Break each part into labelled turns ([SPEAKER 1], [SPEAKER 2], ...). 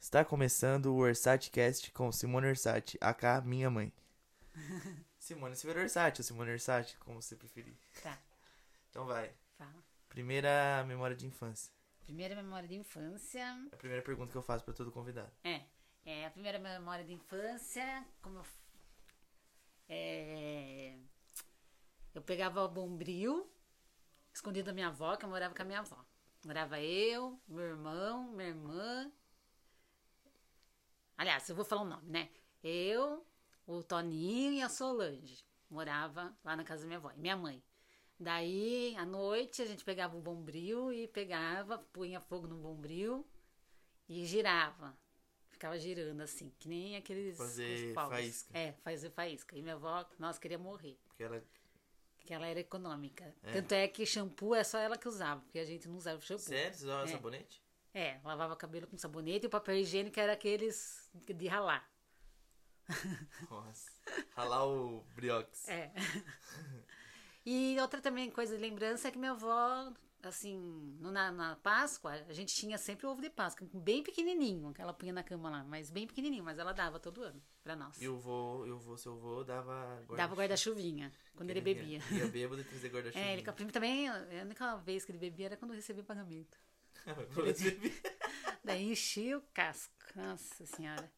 [SPEAKER 1] Está começando o Orsatcast com Simone Orsatti, AK minha mãe. Simone Severo Orsatti ou Simone Orsatti, como você preferir.
[SPEAKER 2] Tá,
[SPEAKER 1] Então vai.
[SPEAKER 2] fala.
[SPEAKER 1] Primeira memória de infância.
[SPEAKER 2] Primeira memória de infância.
[SPEAKER 1] É a primeira pergunta que eu faço para todo convidado.
[SPEAKER 2] É, é a primeira memória de infância, como eu. f- É, eu pegava o bombril, escondido da minha avó, que eu morava com a minha avó. Morava eu, meu irmão, minha irmã. Aliás, eu vou falar o nome, né? Eu, o Toninho e a Solange. Morava lá na casa da minha avó e minha mãe. Daí, à noite, a gente pegava o bombril e pegava, punha fogo no bombril e girava. Ficava girando assim, que nem aqueles.
[SPEAKER 1] Fazer
[SPEAKER 2] aqueles fogos.
[SPEAKER 1] faísca.
[SPEAKER 2] É, fazer faísca. E minha avó, nossa, queria morrer.
[SPEAKER 1] Porque ela é
[SPEAKER 2] Porque ela era econômica. Tanto é que shampoo é só ela que usava, porque a gente não usava shampoo.
[SPEAKER 1] Sério? Você usava
[SPEAKER 2] É.
[SPEAKER 1] sabonete?
[SPEAKER 2] É, lavava cabelo com sabonete e o papel higiênico era aqueles de ralar.
[SPEAKER 1] Nossa. Ralar o briox.
[SPEAKER 2] É. e outra também coisa de lembrança é que minha avó, assim, no- na, na Páscoa, a gente tinha sempre ovo de Páscoa, bem pequenininho, que ela punha na cama lá, mas bem pequenininho, mas ela dava todo ano pra nós.
[SPEAKER 1] E o é vô, e o vô, seu vô dava guarda
[SPEAKER 2] Dava guarda-chuvinha quando ele bebia.
[SPEAKER 1] Ia bêbado e trazia guarda-chuva.
[SPEAKER 2] É, ele também, a única vez que ele bebia era quando recebia pagamento. Daí enchia o casco. Nossa senhora.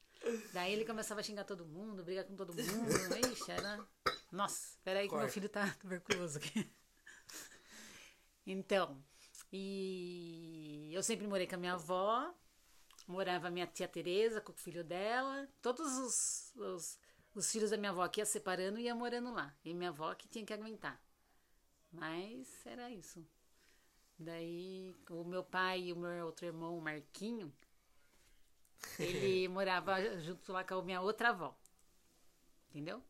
[SPEAKER 2] Daí ele começava a xingar todo mundo, brigar com todo mundo. Ixi, era. Nossa, peraí que meu
[SPEAKER 1] Corta.
[SPEAKER 2] filho tá tuberculoso aqui. Então, e eu sempre morei com a minha avó, morava a minha tia Tereza com o filho dela. Todos os, os, os filhos da minha avó que ia separando e ia morando lá. E minha avó que tinha que aguentar. Mas era isso. Daí, o meu pai e o meu outro irmão, o Marquinho, ele morava junto lá com a minha outra avó. Entendeu?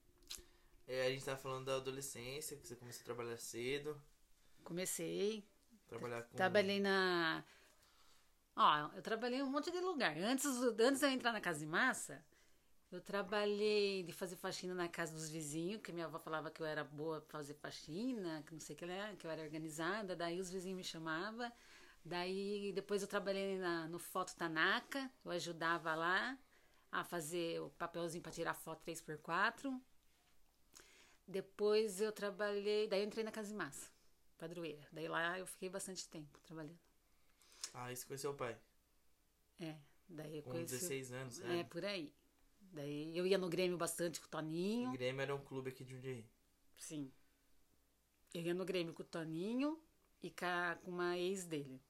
[SPEAKER 1] É, a gente tava falando da adolescência, que você começou a trabalhar cedo.
[SPEAKER 2] Comecei,
[SPEAKER 1] Trabalhar com...
[SPEAKER 2] trabalhei na. Ó, eu trabalhei em um monte de lugar. Antes, do- antes de eu entrar na casa de massa, eu trabalhei de fazer faxina na casa dos vizinhos, que minha avó falava que eu era boa pra fazer faxina, que não sei o que era, que eu era organizada. Daí os vizinhos me chamavam. Daí depois eu trabalhei na, no Foto Tanaka, eu ajudava lá a fazer o papelzinho pra tirar foto 3x4. Depois eu trabalhei, daí eu entrei na casa de massa, padroeira. Daí lá eu fiquei bastante tempo trabalhando.
[SPEAKER 1] Ah, isso conheceu o pai.
[SPEAKER 2] É, daí eu
[SPEAKER 1] Com
[SPEAKER 2] conheci.
[SPEAKER 1] 16 anos,
[SPEAKER 2] é,
[SPEAKER 1] né?
[SPEAKER 2] por aí. Daí eu ia no Grêmio bastante com o
[SPEAKER 1] O
[SPEAKER 2] Toninho.
[SPEAKER 1] Grêmio era um clube aqui de Jundiaí.
[SPEAKER 2] Sim. Eu ia no Grêmio com o Toninho e com, a- com uma ex dele.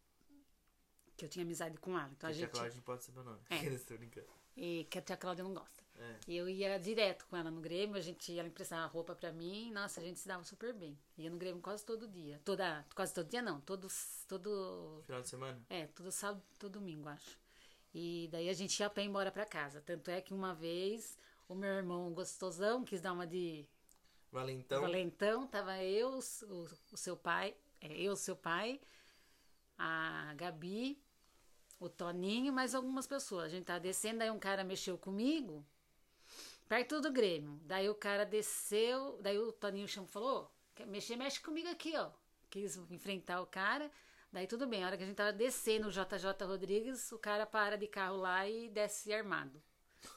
[SPEAKER 2] Que eu tinha amizade com ela. Então
[SPEAKER 1] A
[SPEAKER 2] a
[SPEAKER 1] gente...
[SPEAKER 2] gente.
[SPEAKER 1] Claro, a gente pode saber o nome.
[SPEAKER 2] É.
[SPEAKER 1] Tô brincando.
[SPEAKER 2] E que a tia Cláudia não gosta.
[SPEAKER 1] É.
[SPEAKER 2] E eu ia direto com ela no Grêmio, a gente ela emprestava roupa pra mim, nossa, a gente se dava super bem. Ia no Grêmio quase todo dia. Toda, quase todo dia não, todo todo
[SPEAKER 1] Final de semana?
[SPEAKER 2] é, todo sábado, todo domingo, acho. E daí a gente ia a pé embora pra casa. Tanto é que uma vez o meu irmão gostosão quis dar uma de
[SPEAKER 1] Valentão.
[SPEAKER 2] Valentão, tava eu, o, o seu pai, é, eu, seu pai, a Gabi, o Toninho, mais algumas pessoas. A gente tava descendo, aí um cara mexeu comigo, perto do Grêmio. Daí o cara desceu, daí o Toninho chamou e falou, "Ô, quer mexer, mexe comigo aqui, ó. Quis enfrentar o cara. Daí tudo bem, a hora que a gente tava descendo o JJ Rodrigues, o cara para de carro lá e desce armado.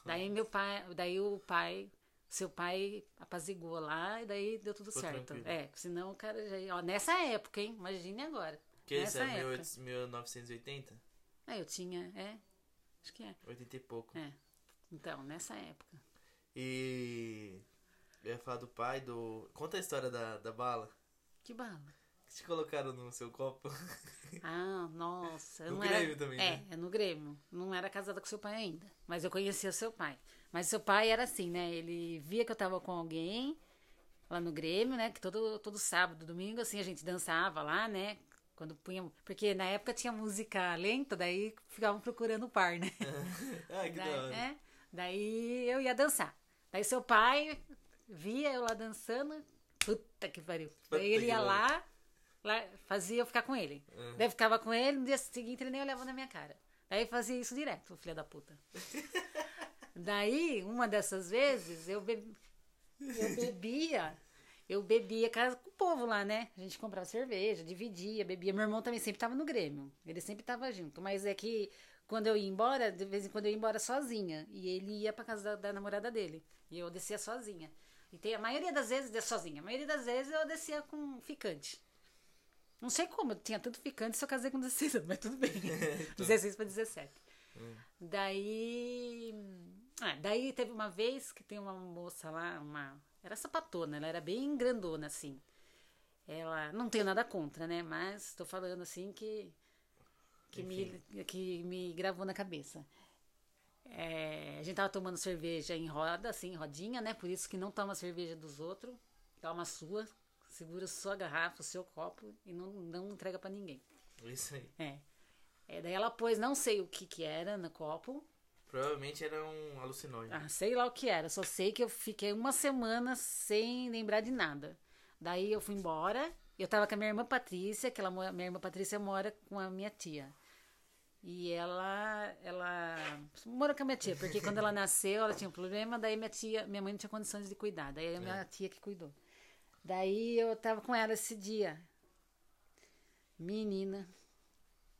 [SPEAKER 2] Daí meu pai, daí o pai, seu pai apazigou lá e daí deu tudo
[SPEAKER 1] Ficou
[SPEAKER 2] certo.
[SPEAKER 1] tranquilo.
[SPEAKER 2] É, senão o cara já ia. Ó, nessa época, hein? Imagine agora.
[SPEAKER 1] Que isso
[SPEAKER 2] nessa
[SPEAKER 1] é
[SPEAKER 2] época.
[SPEAKER 1] 18- 1980?
[SPEAKER 2] Ah, eu tinha, é. Acho que é.
[SPEAKER 1] 80 e pouco.
[SPEAKER 2] É. Então, nessa época.
[SPEAKER 1] E... Eu ia falar do pai, do... Conta a história da, da bala.
[SPEAKER 2] Que bala.
[SPEAKER 1] Que te colocaram no seu copo.
[SPEAKER 2] Ah, nossa. eu
[SPEAKER 1] No
[SPEAKER 2] não
[SPEAKER 1] Grêmio
[SPEAKER 2] era...
[SPEAKER 1] também,
[SPEAKER 2] É,
[SPEAKER 1] né?
[SPEAKER 2] é no Grêmio. Não era casada com seu pai ainda. Mas eu conhecia seu pai. Mas seu pai era assim, né? Ele via que eu tava com alguém lá no Grêmio, né? Que todo, todo sábado, domingo, assim, a gente dançava lá, né? Quando punha. Porque na época tinha música lenta, daí ficavam procurando o par, né?
[SPEAKER 1] ah, que
[SPEAKER 2] Daí,
[SPEAKER 1] da hora.
[SPEAKER 2] é, daí eu ia dançar. Daí seu pai via eu lá dançando. Puta que pariu.
[SPEAKER 1] Puta
[SPEAKER 2] daí ele
[SPEAKER 1] que
[SPEAKER 2] ia
[SPEAKER 1] pariu. Hum.
[SPEAKER 2] lá, lá, fazia eu ficar com ele. Daí eu ficava com ele, no dia seguinte ele nem olhava na minha cara. Daí fazia isso direto, filha da puta. daí, uma dessas vezes, eu, be- eu bebia eu bebia casa com o povo lá, né? A gente comprava cerveja, dividia, bebia. Meu irmão também sempre tava no Grêmio. Ele sempre tava junto. Mas é que quando eu ia embora, de vez em quando eu ia embora sozinha. E ele ia pra casa da, da namorada dele. E eu descia sozinha. E tem a maioria das vezes, de- sozinha. A maioria das vezes eu descia com um ficante. Não sei como, eu tinha tudo ficante, só casei com 16 anos, mas tudo bem. 16 para 17. Daí. ah, daí teve uma vez que tem uma moça lá, uma. Era sapatona, ela era bem grandona, assim. Ela. Não tenho nada contra, né? Mas tô falando assim que. Que, me, que me gravou na cabeça. É, a gente tava tomando cerveja em roda, assim, rodinha, né? Por isso que não toma cerveja dos outros, toma a sua, segura sua garrafa, o seu copo e não, não entrega pra ninguém.
[SPEAKER 1] Isso aí.
[SPEAKER 2] É. É, daí ela pôs não sei o que que era no copo,
[SPEAKER 1] Provavelmente era um alucinógeno.
[SPEAKER 2] ah, sei lá o que era, só sei que eu fiquei uma semana sem lembrar de nada. Daí eu fui embora, eu tava com a minha irmã Patrícia, que ela, mora- minha irmã Patrícia mora com a minha tia. E ela, ela mora com a minha tia, porque quando ela nasceu, ela tinha um problema, daí minha tia, minha mãe não tinha condições de cuidar, daí a minha tia que cuidou. Daí eu tava com ela esse dia. Menina.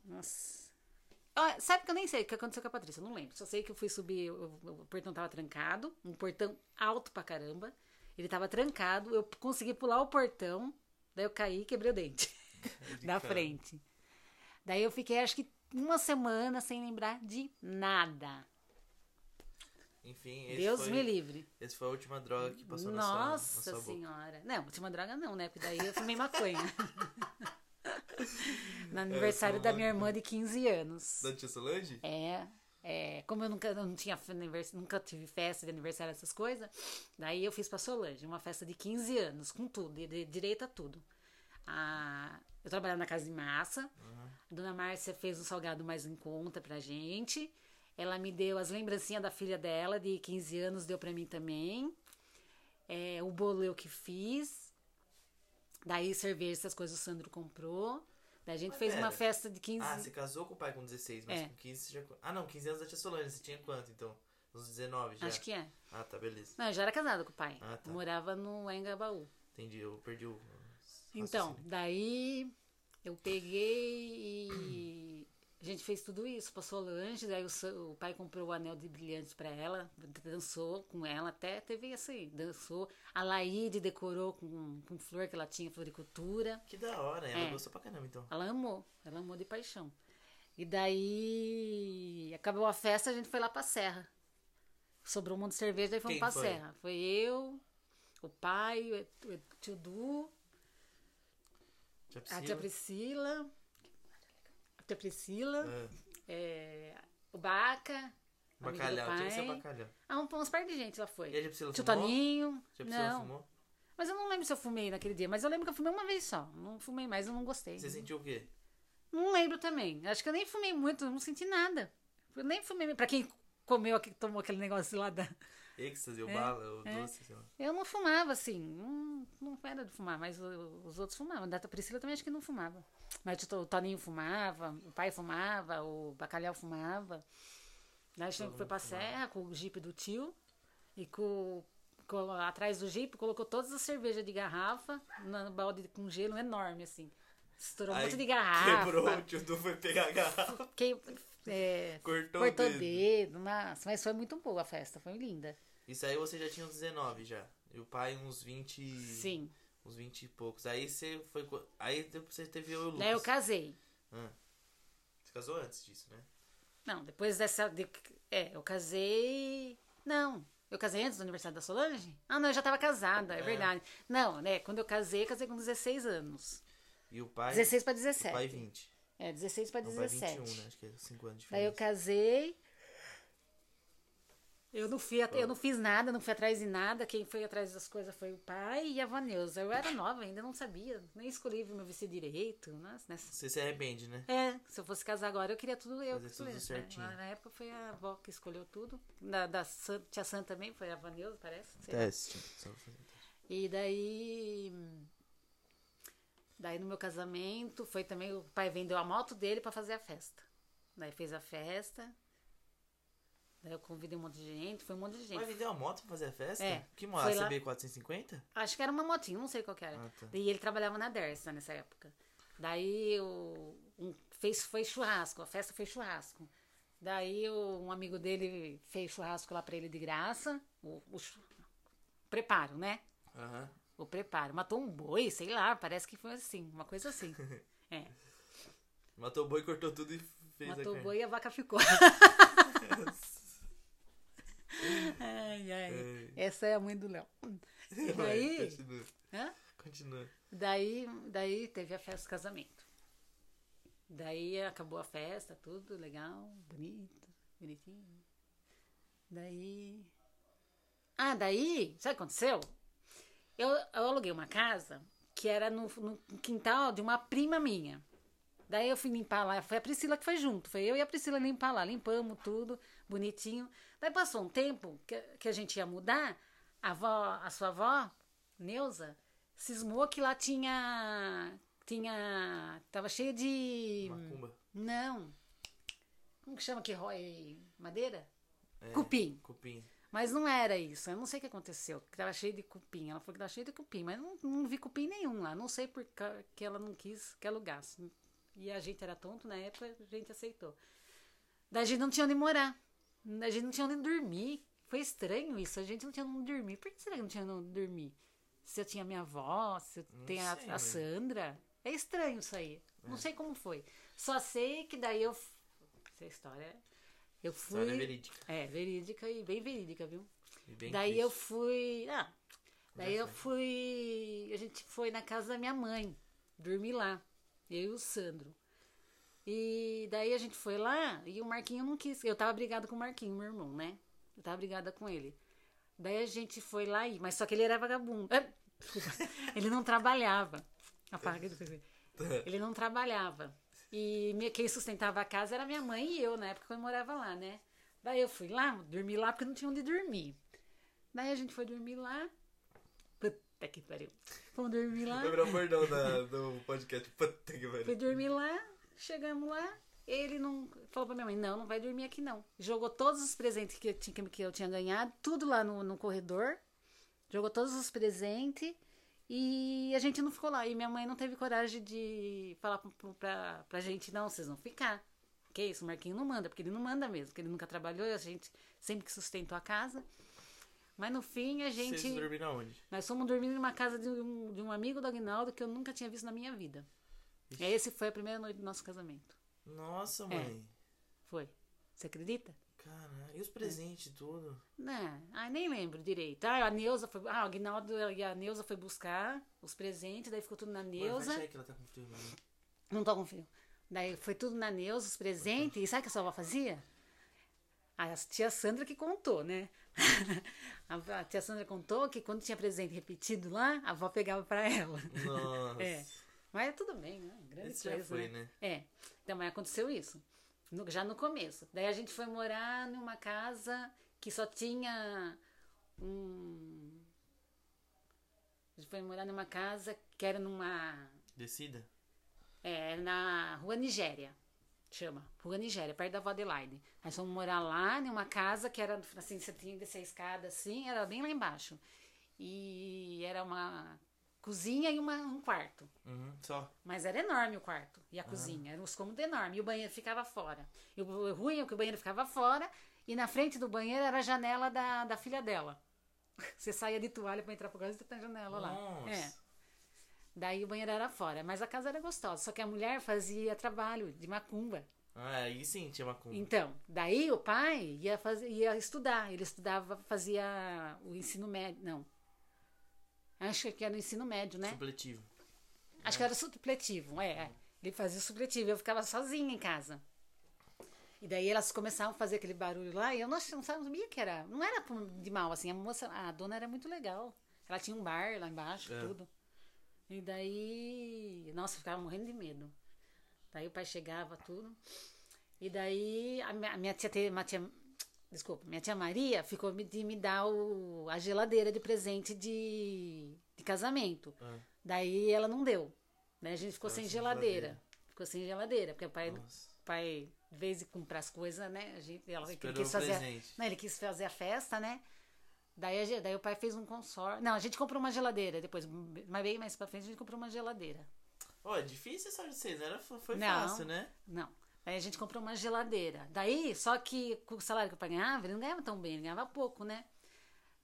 [SPEAKER 2] Nossa. Ó, Ah, Sabe que eu nem sei o que aconteceu com a Patrícia, eu não lembro. Só sei que eu fui subir, eu- eu- o portão tava trancado, um portão alto pra caramba. Ele tava trancado, eu consegui pular o portão, daí eu caí e quebrei o dente da
[SPEAKER 1] cara.
[SPEAKER 2] frente. Daí eu fiquei acho que uma semana sem lembrar de nada.
[SPEAKER 1] Enfim, esse
[SPEAKER 2] Deus
[SPEAKER 1] foi,
[SPEAKER 2] me livre.
[SPEAKER 1] Esse foi a última droga que passou na sua, na
[SPEAKER 2] Nossa
[SPEAKER 1] sua boca.
[SPEAKER 2] senhora. Não, última droga não, né? Porque daí eu fumei maconha. no aniversário
[SPEAKER 1] É,
[SPEAKER 2] da minha irmã de 15 anos.
[SPEAKER 1] Da tia Solange?
[SPEAKER 2] É, é, como eu nunca eu não tinha fe- anivers- nunca tive festa de aniversário essas coisas, daí eu fiz pra Solange, uma festa de 15 anos, com tudo, de, de direito a tudo. Ah, eu trabalhava na casa de massa.
[SPEAKER 1] Uhum.
[SPEAKER 2] A dona Márcia fez um salgado mais em conta pra gente. Ela me deu as lembrancinhas da filha dela, de 15 anos, deu pra mim também. É, o bolo eu que fiz. Daí cerveja, essas coisas o Sandro comprou. Daí a gente
[SPEAKER 1] Mas
[SPEAKER 2] fez uma
[SPEAKER 1] pera.
[SPEAKER 2] festa de 15
[SPEAKER 1] Ah, você casou com o pai com 16, mas
[SPEAKER 2] É.
[SPEAKER 1] com 15 você já. Ah, não, 15 anos da tia Solange. Você tinha quanto então? Uns 19 já?
[SPEAKER 2] Acho que é.
[SPEAKER 1] Ah, tá, beleza.
[SPEAKER 2] Não, eu já era casada com o pai.
[SPEAKER 1] Ah, tá.
[SPEAKER 2] Eu Morava no Engabaú.
[SPEAKER 1] Entendi, eu perdi o.
[SPEAKER 2] Então,
[SPEAKER 1] raciocínio.
[SPEAKER 2] daí eu peguei e a gente fez tudo isso. Passou lanche, daí o, Sa- o pai comprou o anel de brilhantes pra ela, dançou com ela até, teve isso aí, assim, dançou. A Laíde decorou com, com flor que ela tinha, floricultura.
[SPEAKER 1] Que da hora, ela
[SPEAKER 2] É.
[SPEAKER 1] gostou pra caramba então.
[SPEAKER 2] Ela amou, ela amou de paixão. E daí acabou a festa, a gente foi lá pra serra. Sobrou um monte de cerveja, daí fomos
[SPEAKER 1] Quem
[SPEAKER 2] pra
[SPEAKER 1] foi?
[SPEAKER 2] serra. Foi eu, o pai, o E- o E- tio Du,
[SPEAKER 1] Tia
[SPEAKER 2] a
[SPEAKER 1] Priscila.
[SPEAKER 2] tia Priscila, a tia Priscila,
[SPEAKER 1] Ah,
[SPEAKER 2] é, o Baca, o amigo do
[SPEAKER 1] bacalhau, tinha que ser
[SPEAKER 2] pai.
[SPEAKER 1] bacalhau.
[SPEAKER 2] Ah, um, uns par de gente lá foi.
[SPEAKER 1] E a tia Priscila
[SPEAKER 2] Tio
[SPEAKER 1] fumou?
[SPEAKER 2] Toninho.
[SPEAKER 1] Tia Priscila
[SPEAKER 2] Não,
[SPEAKER 1] fumou?
[SPEAKER 2] mas eu não lembro se eu fumei naquele dia, mas eu lembro que eu fumei uma vez só. Não fumei mais, eu não gostei.
[SPEAKER 1] Você sentiu o quê?
[SPEAKER 2] Não lembro também. Acho que eu nem fumei muito, não senti nada. Eu nem fumei. Pra quem comeu, aqui- tomou aquele negócio lá da.
[SPEAKER 1] Êxtase, o
[SPEAKER 2] É,
[SPEAKER 1] bala, o
[SPEAKER 2] é.
[SPEAKER 1] doce, sei lá.
[SPEAKER 2] Eu não fumava assim. Não, não era de fumar, mas o- os outros fumavam. Da Priscila também acho que não fumava. Mas o To- o Toninho fumava, o pai fumava, o Bacalhau fumava. Daí a gente
[SPEAKER 1] Todo
[SPEAKER 2] foi pra
[SPEAKER 1] mundo fumava.
[SPEAKER 2] serra com o jipe do tio e com. com- Atrás do jipe, colocou todas as cervejas de garrafa no no balde com gelo enorme, assim. Estourou um
[SPEAKER 1] Aí
[SPEAKER 2] monte de garrafa.
[SPEAKER 1] Quebrou, o tio Du foi pegar a garrafa.
[SPEAKER 2] Fiquei, é,
[SPEAKER 1] Cortou
[SPEAKER 2] cortou,
[SPEAKER 1] o
[SPEAKER 2] o
[SPEAKER 1] dedo.
[SPEAKER 2] dedo. Nossa, mas foi muito boa a festa, foi linda.
[SPEAKER 1] Isso aí você já tinha uns 19 já. E o pai uns 20.
[SPEAKER 2] Sim.
[SPEAKER 1] Uns 20 e poucos. Aí você foi. co- Aí depois você teve eu e o Lucas.
[SPEAKER 2] Daí Né, eu casei.
[SPEAKER 1] Ah. Você casou antes disso, né?
[SPEAKER 2] Não, depois dessa. de- é, eu casei. Não. Eu casei antes do aniversário da Solange? Ah, não, eu já tava casada, é,
[SPEAKER 1] É.
[SPEAKER 2] verdade. Não, né? Quando eu casei, casei com 16 anos.
[SPEAKER 1] E o pai.
[SPEAKER 2] 16 pra
[SPEAKER 1] O pai
[SPEAKER 2] 17.
[SPEAKER 1] 20.
[SPEAKER 2] É, 16 pra
[SPEAKER 1] Não, o pai
[SPEAKER 2] 17.
[SPEAKER 1] 21, né? Acho que é 5 anos de
[SPEAKER 2] Daí eu
[SPEAKER 1] diferença.
[SPEAKER 2] casei. Eu não, fui
[SPEAKER 1] Ah.
[SPEAKER 2] até, eu não fiz nada, não fui atrás de nada. Quem foi atrás das coisas foi o pai e a Vaneusa. Eu era nova ainda, não sabia. Nem escolhi meu vestido direito. Nossa, nessa-
[SPEAKER 1] Você se arrepende, né?
[SPEAKER 2] É, se eu fosse casar agora, eu queria tudo eu.
[SPEAKER 1] Fazer
[SPEAKER 2] que
[SPEAKER 1] tudo
[SPEAKER 2] escolhesse, né?
[SPEAKER 1] certinho.
[SPEAKER 2] Na época foi a avó que escolheu tudo. Da, da San- tia Sam também, foi a Vaneusa, parece. sei lá.
[SPEAKER 1] Teste. Só fazer um teste.
[SPEAKER 2] E daí. Daí no meu casamento foi também. O pai vendeu a moto dele pra fazer a festa. Daí fez a festa. Daí eu convidei um monte de gente, foi um monte de gente.
[SPEAKER 1] Mas vendeu uma moto pra fazer a festa?
[SPEAKER 2] É,
[SPEAKER 1] Que moto?
[SPEAKER 2] foi lá-
[SPEAKER 1] CB450?
[SPEAKER 2] Acho que era uma motinha, não sei qual que era.
[SPEAKER 1] Ah, tá.
[SPEAKER 2] E ele trabalhava na Dersa nessa época. Daí o, um- fez, foi churrasco, a festa foi churrasco. Daí o- um amigo dele fez churrasco lá pra ele de graça. O, o chu- preparo, né?
[SPEAKER 1] Aham.
[SPEAKER 2] O preparo. Matou um boi, sei lá, parece que foi assim, uma coisa assim. É.
[SPEAKER 1] Matou o boi, cortou tudo e fez
[SPEAKER 2] Matou
[SPEAKER 1] a
[SPEAKER 2] o
[SPEAKER 1] carne.
[SPEAKER 2] boi e a vaca ficou. ai, ai.
[SPEAKER 1] Ai.
[SPEAKER 2] Essa é a mãe do Léo. E
[SPEAKER 1] Vai,
[SPEAKER 2] daí,
[SPEAKER 1] Continua.
[SPEAKER 2] hã?
[SPEAKER 1] Continua.
[SPEAKER 2] daí, daí teve a festa do casamento. Daí acabou a festa, tudo legal, bonito, bonitinho. Daí. Ah, daí, sabe o que aconteceu? Eu, eu aluguei uma casa que era no, no quintal de uma prima minha. Daí eu fui limpar lá, foi a Priscila que foi junto, foi eu e a Priscila limpar lá, limpamos tudo, bonitinho. Daí passou um tempo que, que a gente ia mudar, a, avó, a sua avó, Neuza, cismou que lá tinha, tinha, tava cheia de...
[SPEAKER 1] Macumba.
[SPEAKER 2] Não, como que chama que rói madeira?
[SPEAKER 1] É,
[SPEAKER 2] Cupim.
[SPEAKER 1] Cupim.
[SPEAKER 2] Mas não era isso. Eu não sei o que aconteceu. Que tava cheio de cupim. Ela falou que tava cheio de cupim, mas não, não vi cupim nenhum lá. Não sei por ca- que ela não quis que alugasse. E a gente era tonto na época, a gente aceitou. Daí a gente não tinha onde morar. A gente não tinha onde dormir. Foi estranho isso. A gente não tinha onde dormir. Por que será que não tinha onde dormir? Se eu tinha minha avó, se eu
[SPEAKER 1] Não
[SPEAKER 2] tenho a,
[SPEAKER 1] sei, É.
[SPEAKER 2] a
[SPEAKER 1] né?
[SPEAKER 2] Sandra. É estranho isso aí. Não sei como foi. Só sei que daí eu. f- Essa história. Eu fui.
[SPEAKER 1] História verídica.
[SPEAKER 2] É, verídica e bem verídica, viu?
[SPEAKER 1] E bem
[SPEAKER 2] daí
[SPEAKER 1] triste. é
[SPEAKER 2] eu fui. Ah, daí
[SPEAKER 1] Já
[SPEAKER 2] eu fui. A gente foi na casa da minha mãe, dormi lá, eu e o Sandro. E daí a gente foi lá e o Marquinho não quis. Eu tava brigada com o Marquinho, meu irmão, né? Eu tava brigada com ele. Daí a gente foi lá e. Mas só que ele era vagabundo. Ah, desculpa. ele não trabalhava. Apaga depois.
[SPEAKER 1] É.
[SPEAKER 2] Ele não trabalhava. E me- quem sustentava a casa era minha mãe e eu, na época que eu morava lá, né? Daí eu fui lá, dormi lá porque não tinha onde dormir. Daí a gente foi dormir lá. Puta que pariu. Fomos dormir lá.
[SPEAKER 1] Lembra o bordão da- do podcast. Puta que
[SPEAKER 2] Fui
[SPEAKER 1] pariu.
[SPEAKER 2] dormir lá, chegamos lá, ele não falou pra minha mãe, não, não vai dormir aqui não. Jogou todos os presentes que eu tinha, que eu tinha ganhado, tudo lá no, no corredor, jogou todos os presentes e a gente não ficou lá. E minha mãe não teve coragem de falar pra, pra, pra gente, não, vocês vão ficar. Que isso, o Marquinho não manda, porque ele não manda mesmo, porque ele nunca trabalhou, a gente sempre que sustentou a casa. Mas no fim a gente.
[SPEAKER 1] Vocês dormiram onde?
[SPEAKER 2] Nós fomos dormir numa casa de um, de um amigo do Agnaldo que eu nunca tinha visto na minha vida.
[SPEAKER 1] Ixi.
[SPEAKER 2] E esse foi a primeira noite do nosso casamento. É.
[SPEAKER 1] Nossa, mãe.
[SPEAKER 2] Foi. Você acredita?
[SPEAKER 1] Caralho.
[SPEAKER 2] É.
[SPEAKER 1] E os presentes e tudo?
[SPEAKER 2] Não, ah, nem lembro direito. Ah, a Neuza foi. Ah, o Agnaldo e a Neuza foi buscar os presentes, daí ficou tudo na
[SPEAKER 1] Mãe, vai
[SPEAKER 2] Neuza.
[SPEAKER 1] sair que ela tá com frio, mano.
[SPEAKER 2] Não tô com frio. Daí foi tudo na Neuza, os presentes. E sabe o que a sua avó fazia? A tia Sandra que contou, né? a avó- a tia Sandra contou que quando tinha presente repetido lá, a avó pegava pra ela.
[SPEAKER 1] Nossa.
[SPEAKER 2] É. Mas tudo bem, né? Grande
[SPEAKER 1] Isso já
[SPEAKER 2] coisa,
[SPEAKER 1] foi, né?
[SPEAKER 2] É. Então, mas aconteceu isso. no- já no começo. Daí a gente foi morar numa casa que só tinha um. A gente foi morar numa casa que era numa.
[SPEAKER 1] Descida?
[SPEAKER 2] É, na Rua Nigéria. Chama. Rua Nigéria, perto da Vó Adelaide. Nós fomos morar lá numa casa que era assim, você tinha que descer a escada assim, era bem lá embaixo. E era uma cozinha e uma, um quarto.
[SPEAKER 1] Uhum. Só.
[SPEAKER 2] Mas era enorme o quarto e a cozinha, eram uns cômodos enormes. E o banheiro ficava fora. E o o ruim é que o banheiro ficava fora e na frente do banheiro era a janela da, da filha dela. Você saía de toalha pra entrar pro quarto e tá na janela lá.
[SPEAKER 1] Nossa.
[SPEAKER 2] É. Daí o banheiro era fora, mas a casa era gostosa. Só que a mulher fazia trabalho de macumba.
[SPEAKER 1] Ah, aí sim tinha macumba.
[SPEAKER 2] Então, daí o pai ia, fazer, ia estudar. Ele estudava, fazia o ensino médio. Não. Acho que era o ensino médio, né?
[SPEAKER 1] Supletivo.
[SPEAKER 2] Acho que era supletivo, é. é. Ele fazia supletivo, eu ficava sozinha em casa. E daí elas começavam a fazer aquele barulho lá, e eu não, ach- não sabia que era. Não era de mal, assim, a moça, a dona era muito legal. Ela tinha um bar lá embaixo,
[SPEAKER 1] É.
[SPEAKER 2] tudo. E daí, nossa, eu ficava morrendo de medo. Daí o pai chegava, tudo. E daí a minha, a minha tia, te- uma tia- desculpa, minha tia Maria ficou me- de me dar o- a geladeira de presente de, de casamento.
[SPEAKER 1] Ah,
[SPEAKER 2] Daí ela não deu. Daí a gente ficou
[SPEAKER 1] Ela
[SPEAKER 2] sem
[SPEAKER 1] sem
[SPEAKER 2] geladeira.
[SPEAKER 1] geladeira. Ah.
[SPEAKER 2] Ficou sem geladeira, porque o pai,
[SPEAKER 1] nossa.
[SPEAKER 2] o pai de vez em quando para as coisas, né? A gente, ela, ele
[SPEAKER 1] Esperou
[SPEAKER 2] quis
[SPEAKER 1] o
[SPEAKER 2] fazer, a-
[SPEAKER 1] presente.
[SPEAKER 2] não, ele quis fazer a festa, né? Daí, a ge- daí o pai fez um consórcio. Não, a gente comprou uma geladeira depois, mas bem mais pra frente a gente comprou uma geladeira.
[SPEAKER 1] Ó, é difícil essa de vocês, era, foi foi
[SPEAKER 2] Não.
[SPEAKER 1] fácil, né?
[SPEAKER 2] Não. Aí a gente comprou uma geladeira. Daí, só que com o salário que o pai ganhava, ele não ganhava tão bem, ele ganhava pouco, né?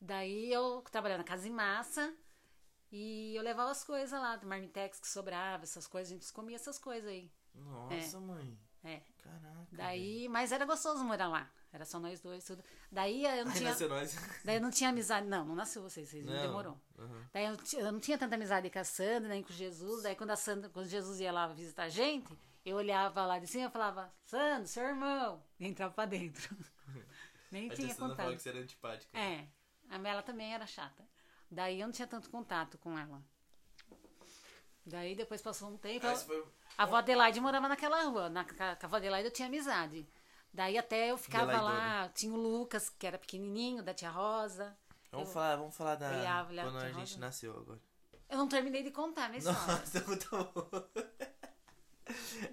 [SPEAKER 2] Daí eu trabalhava na casa em massa e eu levava as coisas lá, do marmitex que sobrava, essas coisas, a gente comia essas coisas aí.
[SPEAKER 1] Nossa, mãe.
[SPEAKER 2] É.
[SPEAKER 1] Caraca. velho.
[SPEAKER 2] Daí, mas era gostoso morar lá. Era só nós dois, tudo. Daí eu não
[SPEAKER 1] Aí
[SPEAKER 2] tinha,
[SPEAKER 1] nasceu nós.
[SPEAKER 2] daí eu não tinha amizade. Não, não nasceu vocês, vocês
[SPEAKER 1] Não.
[SPEAKER 2] demorou.
[SPEAKER 1] Aham.
[SPEAKER 2] Daí eu, ti- eu não tinha tanta amizade com a Sandra, nem com Jesus. Daí quando a Sandra, quando Jesus ia lá visitar a gente, eu olhava lá de cima e falava, Sandra, seu irmão. E entrava pra dentro. nem
[SPEAKER 1] A
[SPEAKER 2] tinha
[SPEAKER 1] Justina falou
[SPEAKER 2] contato.
[SPEAKER 1] que você era antipática.
[SPEAKER 2] É. A Mela também era chata. Daí eu não tinha tanto contato com ela. Daí depois passou um tempo.
[SPEAKER 1] Ah,
[SPEAKER 2] eu-
[SPEAKER 1] isso foi...
[SPEAKER 2] a avó Adelaide morava naquela rua. Na, ca- com a avó Adelaide eu tinha amizade. Daí até eu ficava lá, tinha o Lucas, que era pequenininho, da tia Rosa.
[SPEAKER 1] Vamos
[SPEAKER 2] Eu-
[SPEAKER 1] falar, vamos falar da.
[SPEAKER 2] Olhava, olhava,
[SPEAKER 1] quando a
[SPEAKER 2] tinha
[SPEAKER 1] gente
[SPEAKER 2] rosa.
[SPEAKER 1] nasceu agora.
[SPEAKER 2] Eu não terminei de contar minha história.
[SPEAKER 1] Nossa, muito bom.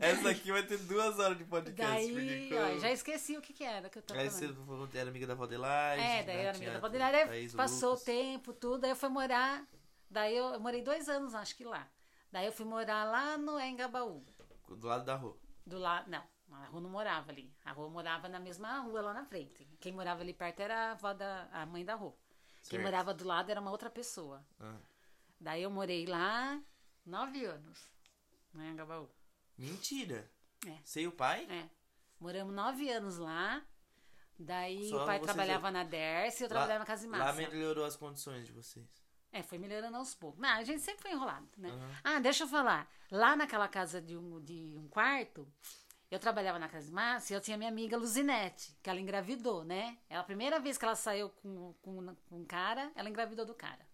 [SPEAKER 1] Essa aqui vai ter duas horas de podcast.
[SPEAKER 2] Daí,
[SPEAKER 1] porque
[SPEAKER 2] ó,
[SPEAKER 1] eu-
[SPEAKER 2] já esqueci o que que era que eu tava
[SPEAKER 1] Aí você
[SPEAKER 2] falando.
[SPEAKER 1] falou é que é era amiga da né, Valdelaide.
[SPEAKER 2] É, daí eu era amiga da Valdeira, aí passou o
[SPEAKER 1] tempo.
[SPEAKER 2] tempo, tudo, aí eu fui morar, daí eu, eu morei dois anos, acho que lá. Daí eu fui morar lá no Engabaú,
[SPEAKER 1] Do lado da rua.
[SPEAKER 2] do lado, não, a rua não morava ali, a rua morava na mesma rua lá na frente. Quem morava ali perto era a, avó da, a mãe da rua. Quem
[SPEAKER 1] Certo.
[SPEAKER 2] morava do lado era uma outra pessoa.
[SPEAKER 1] Ah.
[SPEAKER 2] Daí eu morei lá nove anos, no Engabaú.
[SPEAKER 1] Mentira.
[SPEAKER 2] É.
[SPEAKER 1] Sei o pai?
[SPEAKER 2] É. Moramos nove anos lá. Daí
[SPEAKER 1] Só
[SPEAKER 2] o pai
[SPEAKER 1] vocês
[SPEAKER 2] trabalhava na DERS e eu trabalhava na Casa de Massa.
[SPEAKER 1] Lá melhorou as condições de vocês.
[SPEAKER 2] É, foi melhorando aos poucos. Mas a gente sempre foi enrolado, né?
[SPEAKER 1] Aham.
[SPEAKER 2] Ah, deixa eu falar. Lá naquela casa de um, de um quarto, eu trabalhava na Casa de Massa e eu tinha minha amiga Luzinete, que ela engravidou, né? É a primeira vez que ela saiu com, com, com um cara, ela engravidou do cara.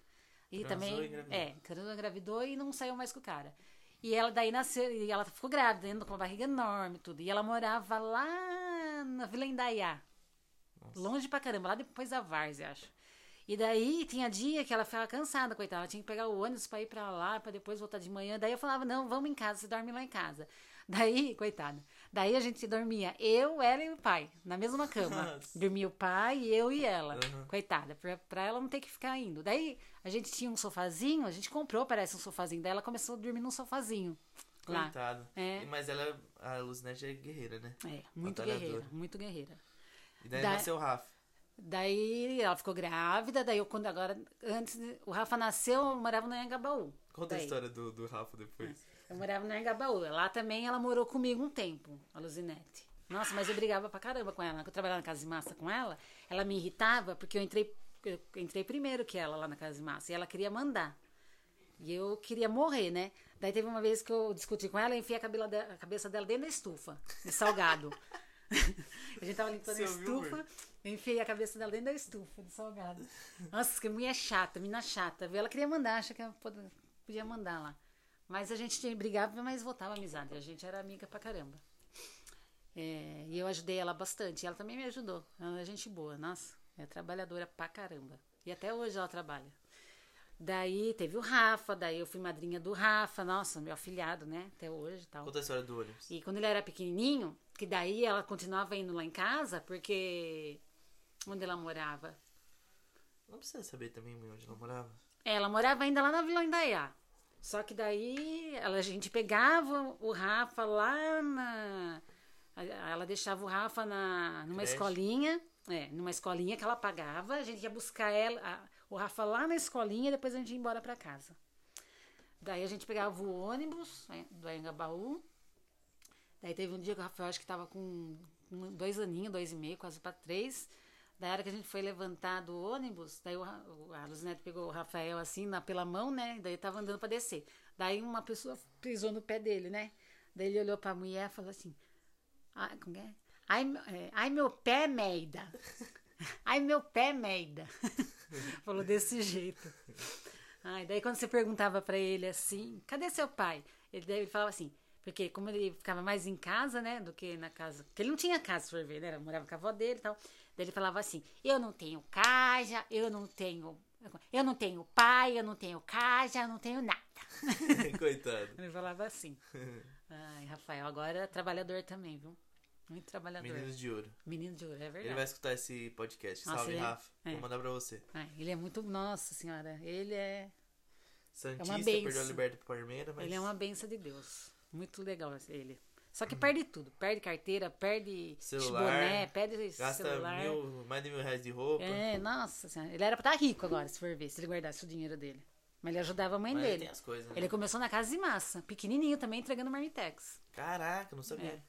[SPEAKER 2] E
[SPEAKER 1] Transou
[SPEAKER 2] também.
[SPEAKER 1] e engravidou.
[SPEAKER 2] é, transou, engravidou e não saiu mais com o cara. E ela daí nasceu, e ela ficou grávida, ainda com uma barriga enorme e tudo. E ela morava lá na Vila Indaiá. Longe pra caramba, lá depois da Várzea, acho. E daí tinha dia que ela ficava cansada, coitada. Ela tinha que pegar o ônibus pra ir pra lá, pra depois voltar de manhã. Daí eu falava, não, vamos em casa, você dorme lá em casa. Daí, coitada. Daí a gente dormia, eu, ela e o pai, na mesma cama.
[SPEAKER 1] Nossa.
[SPEAKER 2] Dormia o pai, eu e ela.
[SPEAKER 1] Aham.
[SPEAKER 2] Coitada, pra, pra ela não ter que ficar indo. Daí a gente tinha um sofazinho, a gente comprou, parece um sofazinho. Daí ela começou a dormir num sofazinho. Lá.
[SPEAKER 1] Coitada.
[SPEAKER 2] É.
[SPEAKER 1] Mas ela, a Luzinete é guerreira, né?
[SPEAKER 2] É, muito
[SPEAKER 1] Batalhadora.
[SPEAKER 2] guerreira, muito guerreira.
[SPEAKER 1] E daí
[SPEAKER 2] Da-
[SPEAKER 1] nasceu o Rafa.
[SPEAKER 2] Daí ela ficou grávida, daí eu quando agora, antes, de- o Rafa nasceu, eu morava no Anhangabaú.
[SPEAKER 1] Conta a
[SPEAKER 2] Daí,
[SPEAKER 1] história do, do Rafa depois.
[SPEAKER 2] Eu morava no Anhangabaú, lá também ela morou comigo um tempo, a Luzinete. Nossa, mas eu brigava pra caramba com ela, que eu trabalhava na casa de massa com ela, ela me irritava porque eu entrei, eu entrei primeiro que ela lá na casa de massa, e ela queria mandar. E eu queria morrer, né? Daí teve uma vez que eu discuti com ela, eu enfiei a, cabela de- a cabeça dela dentro da estufa, de salgado. a gente tava limpando
[SPEAKER 1] Você
[SPEAKER 2] a
[SPEAKER 1] ouviu,
[SPEAKER 2] estufa, eu enfiei a cabeça dela dentro da estufa, de salgado. Nossa, que mulher chata, menina chata. viu? Ela queria mandar, acha que ela pod- podia mandar lá. Mas a gente tinha- brigava, mas voltava a amizade. A gente era amiga pra caramba. É, e eu ajudei ela bastante. Ela também me ajudou. Ela é gente boa, nossa. É trabalhadora pra caramba. E até hoje ela trabalha. Daí teve o Rafa, daí eu fui madrinha do Rafa, nossa, meu afilhado, né? Até hoje e tal.
[SPEAKER 1] Conta a história do ônibus.
[SPEAKER 2] E quando ele era pequenininho, que daí ela continuava indo lá em casa, porque onde ela morava?
[SPEAKER 1] Não precisa saber também mãe, onde ela morava.
[SPEAKER 2] Ela morava ainda lá na Vila Indaiá. Só que daí ela- a gente pegava o Rafa lá na. a- Ela deixava o Rafa na, numa
[SPEAKER 1] Creche.
[SPEAKER 2] escolinha. É, numa escolinha que ela pagava. A gente ia buscar ela, a- o Rafa lá na escolinha e depois a gente ia embora pra casa. Daí a gente pegava o ônibus né, do Anhangabaú. Daí teve um dia que o Rafael acho que tava com um- dois aninhos, dois e meio, quase pra três. Da hora que a gente foi levantar do ônibus, daí o, Ra- o- a Luzinete pegou o Rafael assim na, pela mão, né? Daí tava andando pra descer. Daí uma pessoa pisou no pé dele, né? Daí ele olhou pra mulher e falou assim: Ai, como é? Ai, meu- é, ai meu pé, merda! Ai, meu pé, merda! Falou desse jeito. Ai, daí quando você perguntava pra ele assim, cadê seu pai? Ele, daí ele falava assim, porque como ele ficava mais em casa, né, do que na casa, porque ele não tinha casa, se for ver, né, ele morava com a avó dele e tal. Daí ele falava assim, eu não tenho casa, eu não tenho, eu não tenho pai, eu não tenho casa, eu não tenho nada.
[SPEAKER 1] Coitado.
[SPEAKER 2] Ele falava assim. Ai, Rafael, agora é trabalhador também, viu? Muito trabalhador.
[SPEAKER 1] Meninos de Ouro.
[SPEAKER 2] Menino de ouro, é
[SPEAKER 1] Ele
[SPEAKER 2] verdade.
[SPEAKER 1] vai escutar esse podcast.
[SPEAKER 2] Nossa,
[SPEAKER 1] Salve,
[SPEAKER 2] ele-
[SPEAKER 1] Rafa.
[SPEAKER 2] é.
[SPEAKER 1] Vou mandar pra você.
[SPEAKER 2] É, Ele é, muito. Nossa senhora, ele é.
[SPEAKER 1] Santista perdeu a
[SPEAKER 2] benção.
[SPEAKER 1] liberta pro Palmeiras, mas.
[SPEAKER 2] Ele é uma benção de Deus. Muito legal esse- ele. Só que perde tudo. Perde carteira, perde
[SPEAKER 1] Celular,
[SPEAKER 2] boné, perde
[SPEAKER 1] Gasta
[SPEAKER 2] celular.
[SPEAKER 1] mil, mais de mil reais de roupa.
[SPEAKER 2] É, nossa senhora. Ele era pra estar rico agora, se for ver, se ele guardasse o dinheiro dele. Mas ele ajudava a mãe
[SPEAKER 1] mas
[SPEAKER 2] dele.
[SPEAKER 1] tem as coisas, né?
[SPEAKER 2] Ele começou na casa de massa, pequenininho também, entregando marmitex.
[SPEAKER 1] Caraca, não sabia.
[SPEAKER 2] É.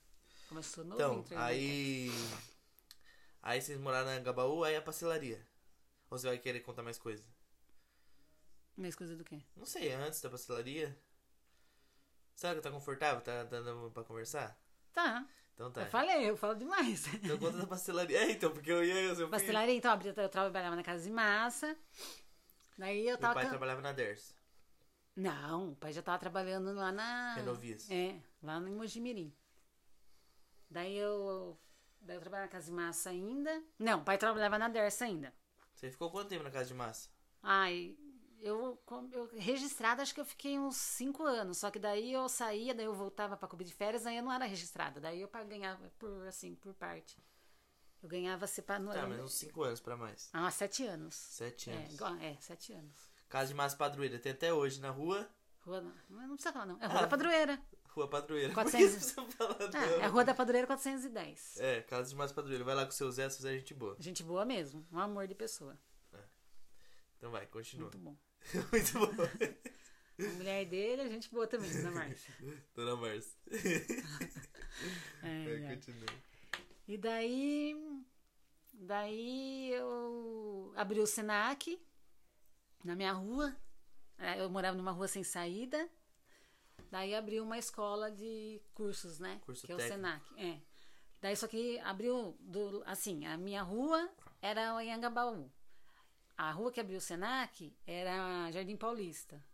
[SPEAKER 2] Começou novo
[SPEAKER 1] Então,
[SPEAKER 2] entregando marmitex.
[SPEAKER 1] aí. Aí vocês moraram na Gabaú, aí a parcelaria. Ou você vai querer contar mais coisa?
[SPEAKER 2] Mais coisa é do quê?
[SPEAKER 1] Não sei, antes da parcelaria. Será que tá confortável? Tá dando pra conversar?
[SPEAKER 2] Tá,
[SPEAKER 1] Então tá.
[SPEAKER 2] eu falei, eu falo demais.
[SPEAKER 1] Então conta da pastelaria. É, então, porque eu ia. Eu, eu
[SPEAKER 2] Pastelaria, então, abri- eu trabalhava na casa de massa. Daí eu
[SPEAKER 1] Fui... Meu
[SPEAKER 2] tava.
[SPEAKER 1] pai
[SPEAKER 2] can-
[SPEAKER 1] trabalhava na Ders.
[SPEAKER 2] Não, o pai já tava trabalhando lá na.
[SPEAKER 1] Renovias.
[SPEAKER 2] É, lá no Mojimirim. Daí eu. Daí eu trabalhava na casa de massa ainda. Não, o pai trabalhava na Dersa ainda.
[SPEAKER 1] Você ficou quanto tempo na casa de massa?
[SPEAKER 2] Ai, eu, com- eu registrada, acho que eu fiquei uns cinco anos. Só que daí eu saía, daí eu voltava pra cobrir de férias, aí eu não era registrada. Daí eu pa- ganhava por, assim, por parte. Eu ganhava separado.
[SPEAKER 1] Tá, mas uns 5 anos pra mais.
[SPEAKER 2] Ah, sete anos.
[SPEAKER 1] 7
[SPEAKER 2] É,
[SPEAKER 1] anos.
[SPEAKER 2] igual- é, sete anos.
[SPEAKER 1] Casa de massa padroeira. Tem até hoje na rua.
[SPEAKER 2] Rua, não, mas não precisa falar, não. É
[SPEAKER 1] Ah.
[SPEAKER 2] Rua da Padroeira.
[SPEAKER 1] Rua padroeira.
[SPEAKER 2] 400.
[SPEAKER 1] Por que você fala
[SPEAKER 2] Ah, é Rua da Padroeira 410.
[SPEAKER 1] É, casa de massa padroeira. Vai lá com o seu Zé, seu Zé é gente boa.
[SPEAKER 2] Gente boa mesmo, um amor de pessoa.
[SPEAKER 1] Então vai, continua.
[SPEAKER 2] Muito bom.
[SPEAKER 1] Muito bom.
[SPEAKER 2] A mulher dele é gente boa também, dona Márcia. É,
[SPEAKER 1] Dona Márcia.
[SPEAKER 2] Ai,
[SPEAKER 1] Vai,
[SPEAKER 2] ai.
[SPEAKER 1] continua.
[SPEAKER 2] E daí. Daí eu abri o Senac na minha rua. É, Eu morava numa rua sem saída. Daí abriu uma escola de cursos, né?
[SPEAKER 1] Curso
[SPEAKER 2] que é o
[SPEAKER 1] técnico.
[SPEAKER 2] Senac. É. Daí só que abriu do, assim, a minha rua era o Anhangabaú. A rua que abriu o Senac era Jardim Paulista.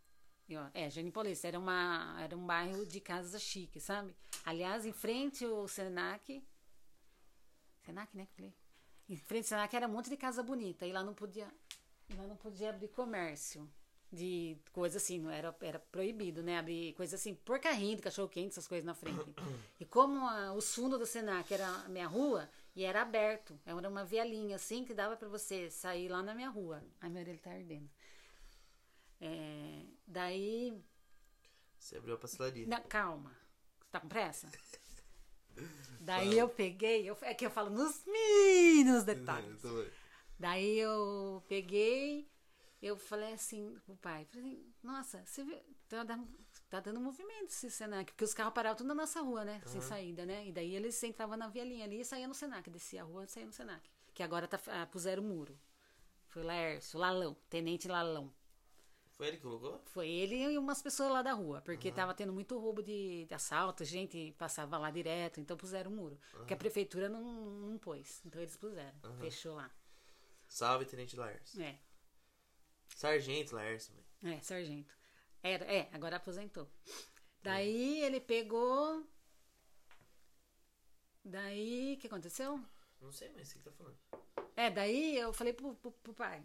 [SPEAKER 2] E, ó, É, Jardim Paulista era, uma, era um bairro de casa chique, sabe? Aliás, em frente ao Senac. Senac, né? que eu falei? Em frente ao Senac era um monte de casa bonita. E lá não podia. e Lá não podia abrir comércio. De coisa assim, não era, era proibido, né? Abrir coisa assim, por carrinho de cachorro quente, essas coisas na frente. E como a- o fundo do Senac era a minha rua, e era aberto, era uma vielinha assim que dava pra você sair lá na minha rua. Ai, meu orelha tá ardendo. É, daí
[SPEAKER 1] Você abriu a pastelaria.
[SPEAKER 2] não, calma. Você tá com pressa? Daí eu peguei, eu, é que eu falo nos mínimos detalhes.
[SPEAKER 1] Então vai.
[SPEAKER 2] Daí eu peguei, eu falei assim pro pai, falei assim, nossa, você viu, tá, dando- tá dando movimento esse Senac, porque os carros paravam tudo na nossa rua, né, sem saída, né, e daí eles entravam na vielinha ali e saíam no Senac, descia a rua e saíam no Senac, que agora tá, ah, puseram o muro. Foi o Laércio, Lalão, Tenente Lalão.
[SPEAKER 1] Foi ele que colocou?
[SPEAKER 2] Foi ele e umas pessoas lá da rua, porque tava tendo muito roubo de, de assalto, gente passava lá direto, então puseram um muro. Porque a prefeitura não, não pôs, então eles puseram, fechou lá.
[SPEAKER 1] Salve, Tenente Laércio.
[SPEAKER 2] É,
[SPEAKER 1] Sargento Laércio, velho.
[SPEAKER 2] é, sargento. Era, é, agora aposentou. Daí ele pegou. Daí, o que aconteceu?
[SPEAKER 1] Não sei mais o que tá falando.
[SPEAKER 2] É, daí eu falei pro, pro- pro pai.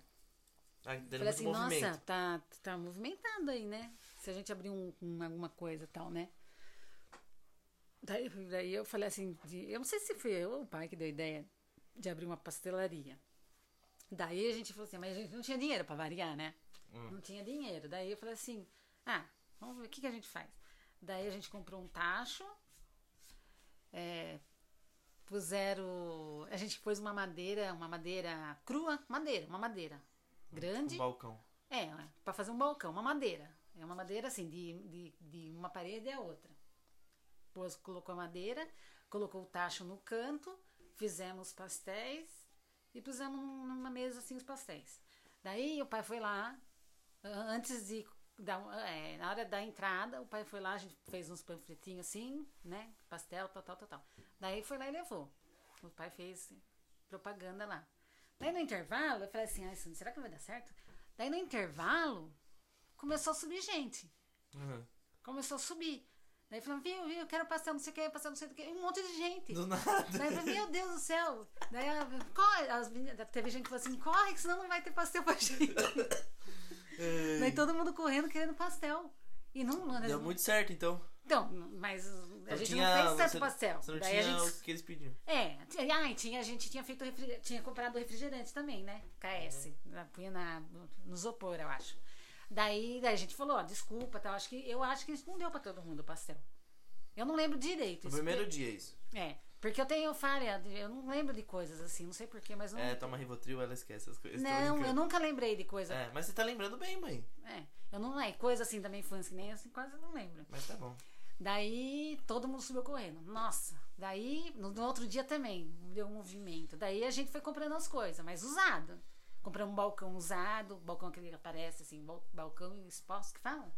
[SPEAKER 1] Ah, dando
[SPEAKER 2] Falei
[SPEAKER 1] muito
[SPEAKER 2] assim,
[SPEAKER 1] movimento.
[SPEAKER 2] nossa, tá, tá movimentando aí, né? Se a gente abrir um, um- alguma coisa e tal, né? Daí, daí eu falei assim, de- eu não sei se foi eu ou o pai que deu a ideia de abrir uma pastelaria. Daí a gente falou assim, mas a gente não tinha dinheiro pra variar, né?
[SPEAKER 1] Hum.
[SPEAKER 2] Não tinha dinheiro. Daí eu falei assim, ah, vamos ver o que, que a gente faz. Daí a gente comprou um tacho, é, puseram. A gente pôs uma madeira, uma madeira crua, madeira, uma madeira grande.
[SPEAKER 1] Um balcão.
[SPEAKER 2] É, para fazer um balcão, uma madeira. É uma madeira assim, de, de, de uma parede à outra. Depois colocou a madeira, colocou o tacho no canto, fizemos pastéis e pusemos num- numa mesa assim os pastéis. Daí o pai foi lá, an- antes de. dar um- é, na hora da entrada, o pai foi lá, a gente fez uns panfletinhos assim, né? Pastel, tal, tal, tal, tal. Daí foi lá e levou. O pai fez assim, propaganda lá. Daí no intervalo, eu falei assim, "Ai, Sandra, será que vai dar certo? Daí no intervalo, começou a subir gente.
[SPEAKER 1] Uhum.
[SPEAKER 2] Começou a subir. Daí falando, viu, viu, eu quero pastel, não sei o que, pastel, não sei o que. Um monte de gente.
[SPEAKER 1] Do nada.
[SPEAKER 2] Daí eu falei, meu Deus do céu. Daí ela, corre. As meninas, teve gente que falou assim, corre, que senão não vai ter pastel pra gente. Daí todo mundo correndo, querendo pastel. E não, não,
[SPEAKER 1] Deu muito certo, então.
[SPEAKER 2] Então, mas a
[SPEAKER 1] Não
[SPEAKER 2] gente
[SPEAKER 1] tinha-
[SPEAKER 2] não fez tanto
[SPEAKER 1] você-
[SPEAKER 2] pastel.
[SPEAKER 1] Você não
[SPEAKER 2] Daí
[SPEAKER 1] tinha
[SPEAKER 2] a gente.
[SPEAKER 1] o que eles pediam.
[SPEAKER 2] É, tinha- ah, e tinha, a gente tinha feito refri- tinha comprado refrigerante também, né? KS.
[SPEAKER 1] Uhum.
[SPEAKER 2] na- Punha na, no, no isopor, eu acho. Daí, daí a gente falou, ó, desculpa, tal. Acho que, eu acho que isso não deu pra todo mundo o pastel. Eu não lembro direito.
[SPEAKER 1] No
[SPEAKER 2] isso
[SPEAKER 1] primeiro
[SPEAKER 2] porque-
[SPEAKER 1] dia, isso.
[SPEAKER 2] É. Porque eu tenho falha, de- eu não lembro de coisas assim, não sei porquê, mas não.
[SPEAKER 1] É, toma Rivotril, ela esquece as coisas. tô
[SPEAKER 2] não,
[SPEAKER 1] brincando.
[SPEAKER 2] eu nunca lembrei de coisa. É.
[SPEAKER 1] É, mas você tá lembrando bem, mãe.
[SPEAKER 2] eu não é coisa assim da minha infância, que nem assim, quase não lembro.
[SPEAKER 1] Mas tá bom.
[SPEAKER 2] Daí todo mundo subiu correndo. Nossa, daí no, no outro dia também deu um movimento. Daí a gente foi comprando as coisas, mas usado. Compramos um balcão usado, balcão aquele que aparece assim, bal- balcão exposto que fala?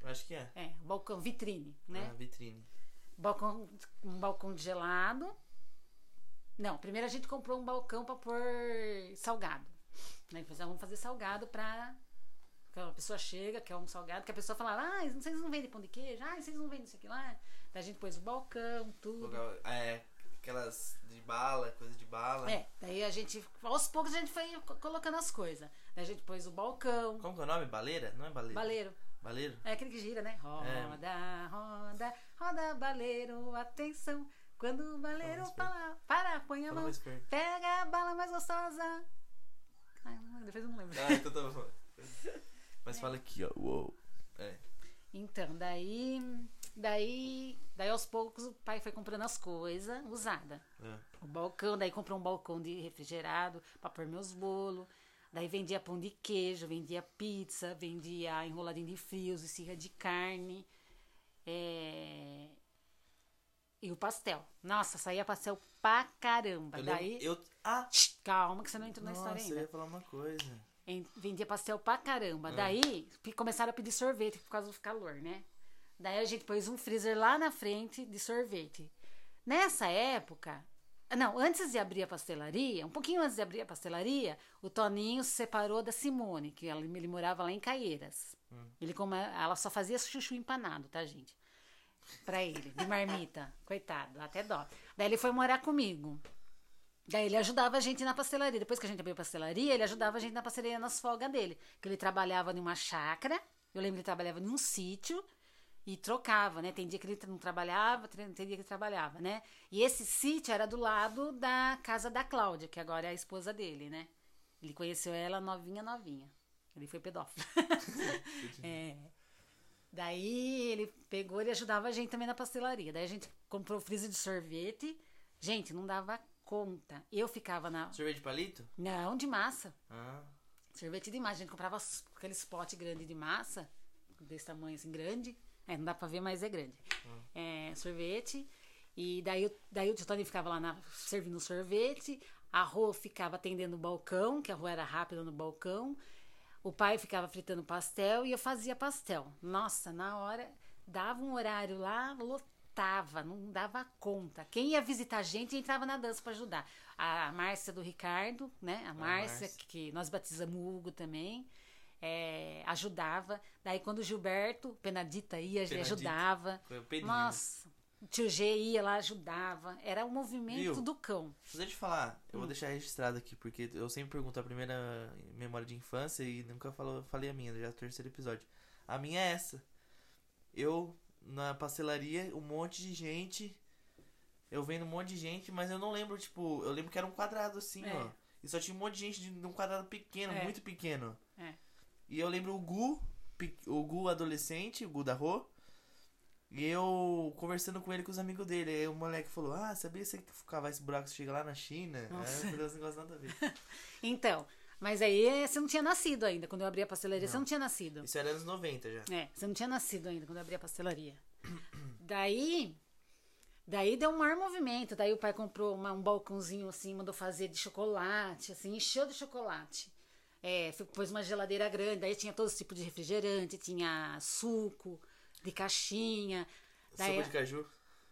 [SPEAKER 1] Eu acho que é.
[SPEAKER 2] É, balcão vitrine,
[SPEAKER 1] Ah,
[SPEAKER 2] né?
[SPEAKER 1] vitrine.
[SPEAKER 2] Balcão, um balcão de gelado. Não, primeiro a gente comprou um balcão pra pôr salgado. Né? Depois, ah, vamos fazer salgado pra. Que a pessoa chega, quer um salgado, que a pessoa fala, ah, vocês não vendem pão de queijo, ah, vocês não vendem isso aqui lá. Daí a gente pôs o balcão, tudo.
[SPEAKER 1] Lugar- É, aquelas de bala, coisa de bala.
[SPEAKER 2] É, daí a gente, aos poucos a gente foi co- colocando as coisas. Daí a gente pôs o balcão,
[SPEAKER 1] Como que é o nome? Baleira? Não é baleira?
[SPEAKER 2] baleiro.
[SPEAKER 1] Baleiro?
[SPEAKER 2] É aquele que gira, né? Roda, roda, roda, baleiro, atenção. Quando o baleiro
[SPEAKER 1] Fala mais
[SPEAKER 2] para, para, põe a
[SPEAKER 1] Fala
[SPEAKER 2] mão,
[SPEAKER 1] mais perto.
[SPEAKER 2] pega a bala mais gostosa. Ai, não, depois eu não lembro.
[SPEAKER 1] Ah, então tá bom. Mas fala aqui, ó. Uou. É.
[SPEAKER 2] Então, daí, daí, daí aos poucos o pai foi comprando as coisas usadas.
[SPEAKER 1] Ah.
[SPEAKER 2] o balcão, daí comprou um balcão de refrigerado pra pôr meus bolos. Daí vendia pão de queijo, vendia pizza, vendia enroladinho de frios, esfirra de carne. é, E o pastel. Nossa, saía pastel pra caramba.
[SPEAKER 1] Eu lembro-
[SPEAKER 2] daí.
[SPEAKER 1] Eu... Ah!
[SPEAKER 2] Calma, que você não entrou na
[SPEAKER 1] Nossa,
[SPEAKER 2] história
[SPEAKER 1] eu ia
[SPEAKER 2] ainda.
[SPEAKER 1] falar uma coisa.
[SPEAKER 2] Em- Vendia pastel pra caramba. Daí pe- começaram a pedir sorvete por causa do calor, né? Daí a gente pôs um freezer lá na frente de sorvete. Nessa época, não, antes de abrir a pastelaria, um pouquinho antes de abrir a pastelaria, o Toninho se separou da Simone, que ela- ele morava lá em Caieiras. Ele como ela só fazia chuchu empanado, tá, gente? Pra ele, de marmita. Coitado, até dó. Daí ele foi morar comigo. Daí ele ajudava a gente na pastelaria. Depois que a gente abriu a pastelaria, ele ajudava a gente na pastelaria nas folgas dele. Que ele trabalhava numa chácara. Eu lembro que ele trabalhava num sítio e trocava, né? Tem dia que ele não trabalhava, tem tem dia que ele trabalhava, né? E esse sítio era do lado da casa da Cláudia, que agora é a esposa dele, né? Ele conheceu ela novinha, novinha. Ele foi pedófilo. é. Daí ele pegou, ele ajudava a gente também na pastelaria. Daí a gente comprou freezer de sorvete. Gente, não dava conta. Eu ficava na.
[SPEAKER 1] Sorvete de palito?
[SPEAKER 2] Não, de massa.
[SPEAKER 1] Ah.
[SPEAKER 2] Sorvete de massa. A gente comprava s- aqueles pote grande de massa, desse tamanho assim, grande. É, não dá pra ver, mas é grande. É, sorvete. E daí, o- daí o tio Tony ficava lá na, servindo sorvete. A Rô ficava atendendo o balcão, que a Rô era rápida no balcão. O pai ficava fritando pastel e eu fazia pastel. Nossa, na hora, dava um horário lá, lotava, não dava conta. Quem ia visitar a gente entrava na dança pra ajudar. A Márcia do Ricardo, né? A Márcia,
[SPEAKER 1] Márcia.
[SPEAKER 2] que nós batizamos o Hugo também, é, ajudava. Daí quando o Gilberto, Penadita ia, ele
[SPEAKER 1] Penadita.
[SPEAKER 2] ajudava.
[SPEAKER 1] Foi o Pedrinho.
[SPEAKER 2] Nossa, o tio G ia lá, ajudava. Era o movimento
[SPEAKER 1] Viu?
[SPEAKER 2] do cão.
[SPEAKER 1] Mas Deixa eu te falar, eu vou
[SPEAKER 2] Hum.
[SPEAKER 1] deixar registrado aqui, porque eu sempre pergunto a primeira memória de infância e nunca falo, falei a minha, já é o terceiro episódio. A minha é essa. Eu, na pastelaria, um monte de gente. Eu vendo um monte de gente, mas eu não lembro, tipo, eu lembro que era um quadrado assim,
[SPEAKER 2] É.
[SPEAKER 1] ó. E só tinha um monte de gente de, de um quadrado pequeno,
[SPEAKER 2] É.
[SPEAKER 1] muito pequeno.
[SPEAKER 2] É.
[SPEAKER 1] E eu lembro o Gu, pe- o Gu adolescente, o Gu da Rô. E eu conversando com ele, com os amigos dele. Aí o moleque falou: Ah, sabia que você cavar esse buraco, você chega lá na China?
[SPEAKER 2] Nossa.
[SPEAKER 1] É, os negócios nada a ver.
[SPEAKER 2] Então, mas aí você não tinha nascido ainda. Quando eu abri a pastelaria, você não tinha nascido.
[SPEAKER 1] Isso era anos 90 já.
[SPEAKER 2] É, você não tinha nascido ainda quando eu abri a pastelaria. daí, daí deu um maior movimento. Daí o pai comprou uma- um balcãozinho assim, mandou fazer de chocolate, assim, encheu de chocolate. É, fi- pôs uma geladeira grande, daí tinha todos os tipos de refrigerante, tinha suco, de caixinha. Daí,
[SPEAKER 1] Sopa de caju.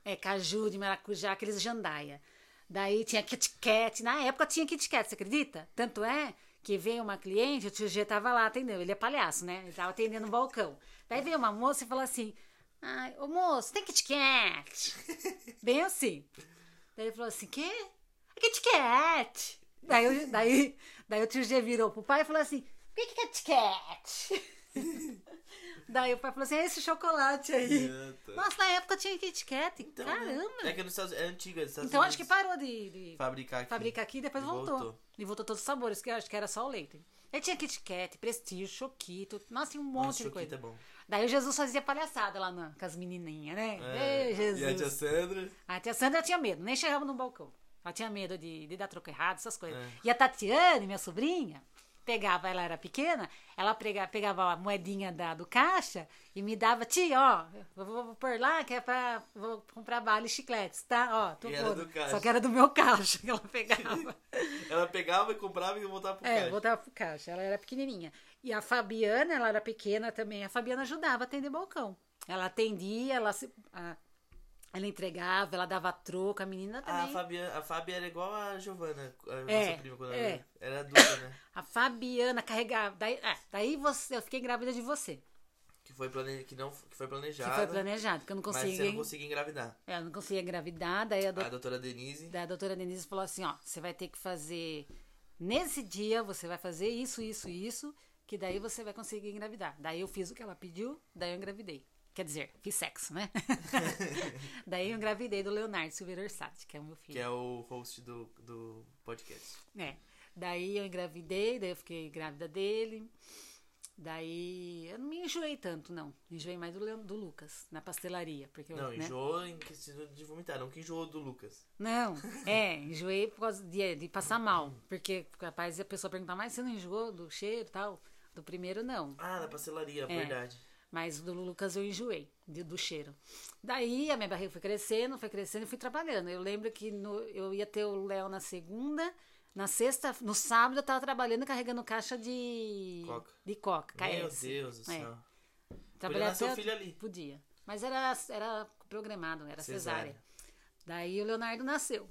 [SPEAKER 2] é, caju, de maracujá, aqueles jandaia. Daí tinha Kit Kat. Na época tinha Kit Kat, você acredita? Tanto é que veio uma cliente, o tio G tava lá atendendo. Ele é palhaço, né? Ele tava atendendo um balcão. Daí veio uma moça e falou assim: Ai, ô moço, tem Kit Kat? Bem assim. Daí ele falou assim: Quê? É Kit Kat! Daí, o- daí, daí o tio G virou pro pai e falou assim: Por que que é Kit Kat? Daí o pai falou assim: "É esse chocolate
[SPEAKER 1] É.
[SPEAKER 2] aí.
[SPEAKER 1] Adianta.
[SPEAKER 2] Nossa, na época tinha Kit Kat.
[SPEAKER 1] Então, né?
[SPEAKER 2] Caramba!
[SPEAKER 1] É que nos Estados é antigo, é nos Estados
[SPEAKER 2] então
[SPEAKER 1] Unidos.
[SPEAKER 2] acho que parou de, de
[SPEAKER 1] fabricar aqui.
[SPEAKER 2] fabricar aqui e depois
[SPEAKER 1] E
[SPEAKER 2] voltou.
[SPEAKER 1] voltou.
[SPEAKER 2] E voltou todos os sabores, que eu acho que era só o leite. Aí tinha Kit Kat, Prestígio, Choquito. Nossa, tinha um monte
[SPEAKER 1] Nossa,
[SPEAKER 2] de
[SPEAKER 1] isso aqui
[SPEAKER 2] coisa.
[SPEAKER 1] tá bom.
[SPEAKER 2] Daí o Jesus fazia palhaçada lá na, com as menininhas, né?
[SPEAKER 1] É,
[SPEAKER 2] Ei, Jesus.
[SPEAKER 1] E a tia Sandra?
[SPEAKER 2] A tia Sandra tinha medo, nem chegava no balcão. Ela tinha medo de, de dar troco errado, essas coisas.
[SPEAKER 1] É.
[SPEAKER 2] E a Tatiane, minha sobrinha, pegava, ela era pequena, ela prega- pegava a moedinha da, do caixa e me dava, tia, ó, eu vou, vou pôr lá que é pra. Vou comprar bala e chicletes, tá? Ó, tô
[SPEAKER 1] E era
[SPEAKER 2] pondo.
[SPEAKER 1] do caixa.
[SPEAKER 2] Só que era do meu caixa que ela pegava.
[SPEAKER 1] Ela pegava e comprava e voltava pro
[SPEAKER 2] é,
[SPEAKER 1] caixa.
[SPEAKER 2] voltava pro caixa, ela era pequenininha. E a Fabiana, ela era pequena também, a Fabiana ajudava a atender balcão. Ela atendia, ela se. a- ela entregava, ela dava troco, a menina também.
[SPEAKER 1] Ah, A Fabiana, a Fábia era igual a Giovana, a
[SPEAKER 2] É,
[SPEAKER 1] nossa prima, quando ela
[SPEAKER 2] é.
[SPEAKER 1] era- era adulta, né?
[SPEAKER 2] A Fabiana carregava. Daí, é, daí você, eu fiquei grávida de você.
[SPEAKER 1] Que foi, plane... que não... que foi planejada.
[SPEAKER 2] Que foi planejado, porque eu não
[SPEAKER 1] Mas você
[SPEAKER 2] consegui.
[SPEAKER 1] não Ah. conseguia engravidar.
[SPEAKER 2] É, eu não conseguia engravidar. Daí a, do-
[SPEAKER 1] A doutora Denise.
[SPEAKER 2] daí a doutora Denise falou assim: ó, você vai ter que fazer. Nesse dia você vai fazer isso, isso, isso, que daí você vai conseguir engravidar. Daí eu fiz o que ela pediu, daí eu engravidei. Quer dizer, fiz sexo, né? daí eu engravidei do Leonardo Silveira Orsatti, que é o meu filho.
[SPEAKER 1] Que é o host do, do podcast.
[SPEAKER 2] É. Daí eu engravidei, daí eu fiquei grávida dele. Daí eu não me enjoei tanto, não. Enjoei mais do, Leon- do Lucas, na pastelaria. Porque eu,
[SPEAKER 1] não,
[SPEAKER 2] né?
[SPEAKER 1] enjoou em questão de vomitar, não que enjoou do Lucas.
[SPEAKER 2] Não, é, enjoei por causa de, de passar mal. Porque capaz a pessoa perguntar, mas você não enjoou do cheiro e tal? Do primeiro, não.
[SPEAKER 1] Ah, da pastelaria,
[SPEAKER 2] É.
[SPEAKER 1] verdade.
[SPEAKER 2] Mas do Lucas eu enjoei, de- do cheiro. Daí a minha barriga foi crescendo, foi crescendo e fui trabalhando. Eu lembro que no- eu ia ter o Léo na segunda, na sexta, no sábado eu tava trabalhando carregando caixa de.
[SPEAKER 1] Coca.
[SPEAKER 2] De coca,
[SPEAKER 1] Meu
[SPEAKER 2] KS.
[SPEAKER 1] Deus do
[SPEAKER 2] É,
[SPEAKER 1] céu.
[SPEAKER 2] Trabalhei
[SPEAKER 1] nascer o
[SPEAKER 2] até-
[SPEAKER 1] filho ali.
[SPEAKER 2] Podia. Mas era, era programado, era cesárea.
[SPEAKER 1] Cesárea.
[SPEAKER 2] Daí o Leonardo nasceu.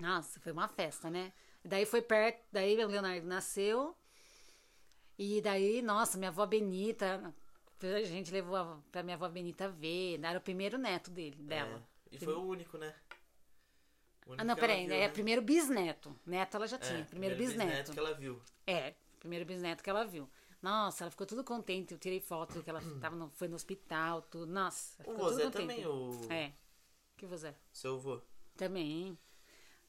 [SPEAKER 2] Nossa, foi uma festa, né? Daí foi perto, daí o Leonardo nasceu. E daí, nossa, minha avó Benita, a gente levou a, pra minha avó Benita ver, era o primeiro neto dele, dela.
[SPEAKER 1] É. E foi o único, né? O único
[SPEAKER 2] Ah, não,
[SPEAKER 1] que ela
[SPEAKER 2] peraí,
[SPEAKER 1] viu,
[SPEAKER 2] é
[SPEAKER 1] né?
[SPEAKER 2] primeiro bisneto. Neto ela já tinha,
[SPEAKER 1] É,
[SPEAKER 2] primeiro, bisneto.
[SPEAKER 1] que ela viu.
[SPEAKER 2] É, primeiro bisneto que ela viu. Nossa, ela ficou tudo contente. Eu tirei foto que ela tava no- foi no hospital, tudo. Nossa, ela
[SPEAKER 1] O
[SPEAKER 2] ficou tudo
[SPEAKER 1] José
[SPEAKER 2] contente.
[SPEAKER 1] também, o
[SPEAKER 2] É. Que você?
[SPEAKER 1] seu avô.
[SPEAKER 2] Também.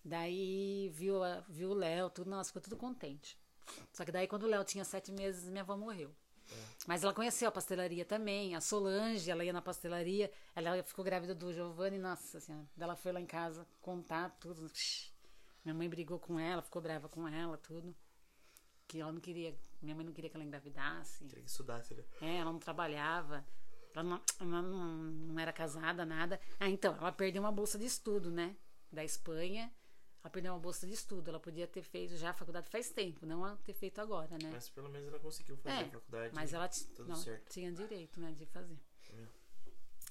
[SPEAKER 2] Daí viu, a- viu o Léo, tudo. Nossa, ficou tudo contente. Só que daí quando o Léo tinha sete meses, minha avó morreu. Mas ela conheceu a pastelaria também, a Solange, ela ia na pastelaria, ela ficou grávida do Giovanni, nossa senhora. Daí Ela foi lá em casa contar tudo. Minha mãe brigou com ela, ficou brava com ela, tudo. Que ela não queria, minha mãe não queria que ela engravidasse.
[SPEAKER 1] Queria que estudasse, né?
[SPEAKER 2] É, ela não trabalhava, ela não, ela não, não era casada, nada. Ah, então, ela perdeu uma bolsa de estudo, né? Da Espanha. Ela perdeu uma bolsa de estudo. Ela podia ter feito já a faculdade faz tempo, não a ter feito agora, né?
[SPEAKER 1] Mas pelo menos ela conseguiu fazer
[SPEAKER 2] É,
[SPEAKER 1] a faculdade.
[SPEAKER 2] Mas
[SPEAKER 1] né?
[SPEAKER 2] ela t-
[SPEAKER 1] Tudo
[SPEAKER 2] não,
[SPEAKER 1] certo. É.
[SPEAKER 2] tinha direito, né, de fazer.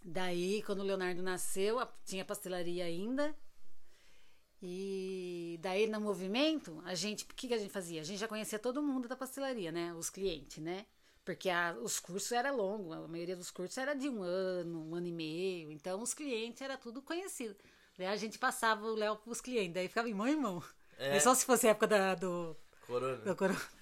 [SPEAKER 2] Daí, quando o Leonardo nasceu, a- tinha pastelaria ainda. E daí, no movimento, a gente, o que, que a gente fazia? A gente já conhecia todo mundo da pastelaria, né? Os clientes, né? Porque a- os cursos eram longos, a maioria dos cursos era de um ano, um ano e meio. Então, os clientes era tudo conhecido. Daí a gente passava o Léo pros clientes, daí ficava irmão e irmão.
[SPEAKER 1] É.
[SPEAKER 2] Mas só se fosse a época da- do,
[SPEAKER 1] Corona.
[SPEAKER 2] do corona.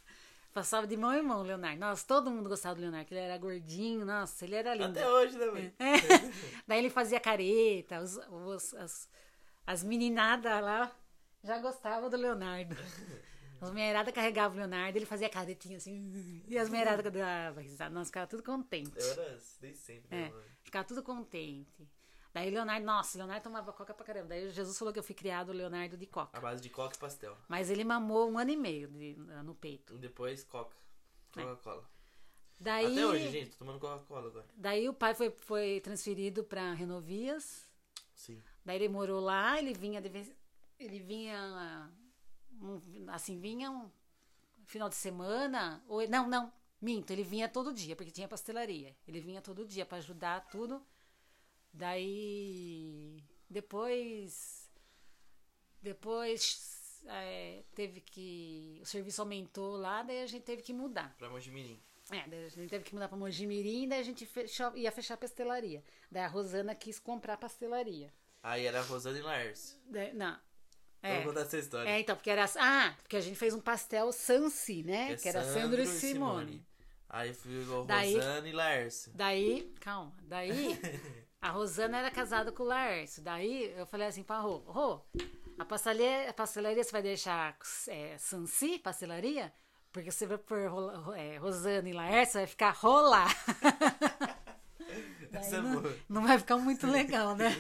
[SPEAKER 2] Passava de mão em mão, Leonardo. Nossa, todo mundo gostava do Leonardo, que ele era gordinho, nossa, ele era lindo.
[SPEAKER 1] Até hoje, né, mãe?
[SPEAKER 2] É. Daí ele fazia careta, os- os- as, as meninadas lá já gostavam do Leonardo. As mulheradas carregavam o Leonardo, ele fazia caretinha assim, e as mulheradas dava risada. Nossa, ficava tudo contente.
[SPEAKER 1] Eu era desde sempre, né,
[SPEAKER 2] É,
[SPEAKER 1] mano?
[SPEAKER 2] ficava tudo contente. Daí Leonardo, nossa, Leonardo tomava coca pra caramba. Daí Jesus falou que eu fui criado Leonardo de coca.
[SPEAKER 1] A base de coca e pastel.
[SPEAKER 2] Mas ele mamou um ano e meio de- no peito.
[SPEAKER 1] Depois, coca.
[SPEAKER 2] É.
[SPEAKER 1] Coca-Cola.
[SPEAKER 2] Daí,
[SPEAKER 1] Até hoje, gente. Tô tomando Coca-Cola agora.
[SPEAKER 2] Daí o pai foi, foi transferido para Renovias.
[SPEAKER 1] Sim.
[SPEAKER 2] Daí ele morou lá, ele vinha de vez, ele vinha um- assim, vinha um final de semana, ou ele- não, não, minto, ele vinha todo dia, porque tinha pastelaria. Ele vinha todo dia para ajudar tudo. Daí depois depois eh, teve que o serviço aumentou lá, daí a gente teve que mudar.
[SPEAKER 1] Pra Mojimirim.
[SPEAKER 2] É, daí a gente teve que mudar pra Mojimirim, daí a gente fechou- ia fechar a pastelaria. Daí a Rosana quis comprar a pastelaria.
[SPEAKER 1] Aí era Rosana e Lars.
[SPEAKER 2] Daí- não.
[SPEAKER 1] Eu
[SPEAKER 2] É.
[SPEAKER 1] Vou contar essa história.
[SPEAKER 2] É, então, porque era. Ah, porque a gente fez um pastel Sansi, né?
[SPEAKER 1] É
[SPEAKER 2] que era
[SPEAKER 1] Sandro
[SPEAKER 2] Sandro e Simone.
[SPEAKER 1] Aí fui igual
[SPEAKER 2] Daí-
[SPEAKER 1] Rosana e Laércio.
[SPEAKER 2] Daí, calma, daí a Rosana era casada com o Lárcio. Daí eu falei assim pra Rô, Rô, a pastelaria, a pastelaria você vai deixar é, Sansi, pastelaria? Porque você vai pôr Rola- Ro- é, Rosana e Laércio, vai ficar rolar. Daí
[SPEAKER 1] Essa é
[SPEAKER 2] não,
[SPEAKER 1] boa.
[SPEAKER 2] não vai ficar muito legal, né?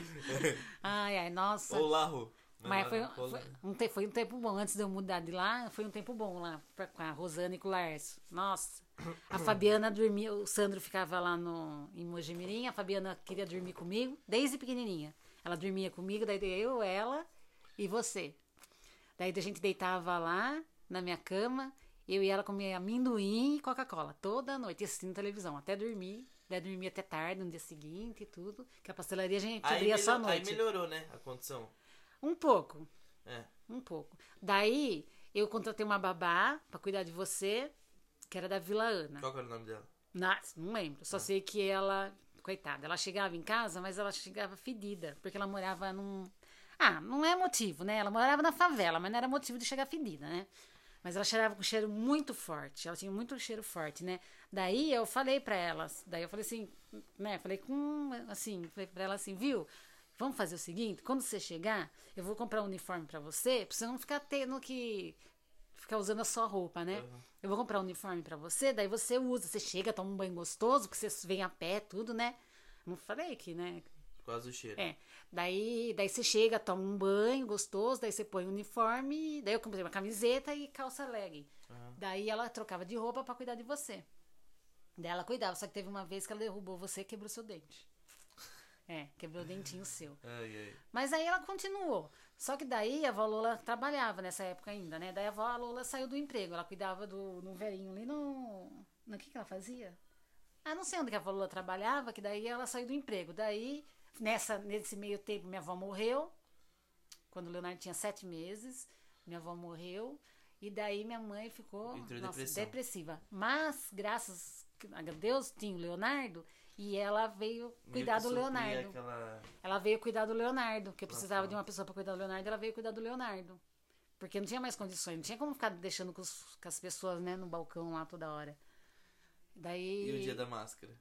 [SPEAKER 2] Ai, ai, nossa.
[SPEAKER 1] Ou Larro.
[SPEAKER 2] Mas foi,
[SPEAKER 1] lá- ou
[SPEAKER 2] foi,
[SPEAKER 1] lá-
[SPEAKER 2] um te- foi um tempo bom. Antes de eu mudar de lá, foi um tempo bom lá pra, com a Rosana e com o Lárcio. Nossa. A Fabiana dormia, o Sandro ficava lá no, em Mojimirim, a Fabiana queria dormir comigo desde pequenininha. Ela dormia comigo, daí eu, ela e você. Daí a gente deitava lá na minha cama, eu e ela comia amendoim e Coca-Cola toda noite, assistindo televisão, até dormir. Daí dormia até tarde no dia seguinte e tudo, que a pastelaria a gente
[SPEAKER 1] Aí,
[SPEAKER 2] abria só à
[SPEAKER 1] melho- aí
[SPEAKER 2] noite.
[SPEAKER 1] melhorou, né? A condição.
[SPEAKER 2] Um pouco.
[SPEAKER 1] É.
[SPEAKER 2] Um pouco. Daí, eu contratei uma babá pra cuidar de você, que era da Vila Ana.
[SPEAKER 1] Qual que era o nome dela?
[SPEAKER 2] Na- não lembro, só sei que ela, coitada, ela chegava em casa, mas ela chegava fedida, porque ela morava num. Ah, não é motivo, né? Ela morava na favela, mas não era motivo de chegar fedida, né? Mas ela cheirava com cheiro muito forte, ela tinha muito cheiro forte, né? Daí eu falei pra ela, daí eu falei assim, né? Falei com, assim, falei pra ela assim, viu? Vamos fazer o seguinte, quando você chegar, eu vou comprar um uniforme pra você, pra você não ficar tendo que ficar usando a sua roupa, né?
[SPEAKER 1] Uhum.
[SPEAKER 2] Eu vou comprar um uniforme pra você, daí você usa, você chega, toma um banho gostoso, porque você vem a pé, tudo, né? Não falei que, né?
[SPEAKER 1] Quase o cheiro.
[SPEAKER 2] É. Daí, daí você chega, toma um banho gostoso, daí você põe o uniforme, daí eu comprei uma camiseta e calça legging.
[SPEAKER 1] Aham.
[SPEAKER 2] Daí ela trocava de roupa pra cuidar de você. Daí ela cuidava, só que teve uma vez que ela derrubou você e quebrou seu dente. É, quebrou o dentinho seu.
[SPEAKER 1] Ai, ai.
[SPEAKER 2] Mas aí ela continuou. Só que daí a avó Lola trabalhava nessa época ainda, né? Daí a avó Lola saiu do emprego. Ela cuidava do no velhinho ali no. No que, que ela fazia? Ah, não sei onde que a avó Lola trabalhava, que daí ela saiu do emprego. Daí, nessa, nesse meio tempo, minha avó morreu. Quando o Leonardo tinha sete meses, minha avó morreu. E daí minha mãe ficou
[SPEAKER 1] Entrou em
[SPEAKER 2] nossa,
[SPEAKER 1] depressão.
[SPEAKER 2] depressiva. Mas, graças a Deus, tinha o Leonardo. E ela veio
[SPEAKER 1] Meio
[SPEAKER 2] cuidar
[SPEAKER 1] que
[SPEAKER 2] do
[SPEAKER 1] supria
[SPEAKER 2] Leonardo.
[SPEAKER 1] Aquela...
[SPEAKER 2] Ela veio cuidar do Leonardo, que eu precisava
[SPEAKER 1] Bacana.
[SPEAKER 2] de uma pessoa pra cuidar do Leonardo, ela veio cuidar do Leonardo. Porque não tinha mais condições, não tinha como ficar deixando com, os- com as pessoas, né, no balcão lá toda hora. Daí.
[SPEAKER 1] E o dia da máscara.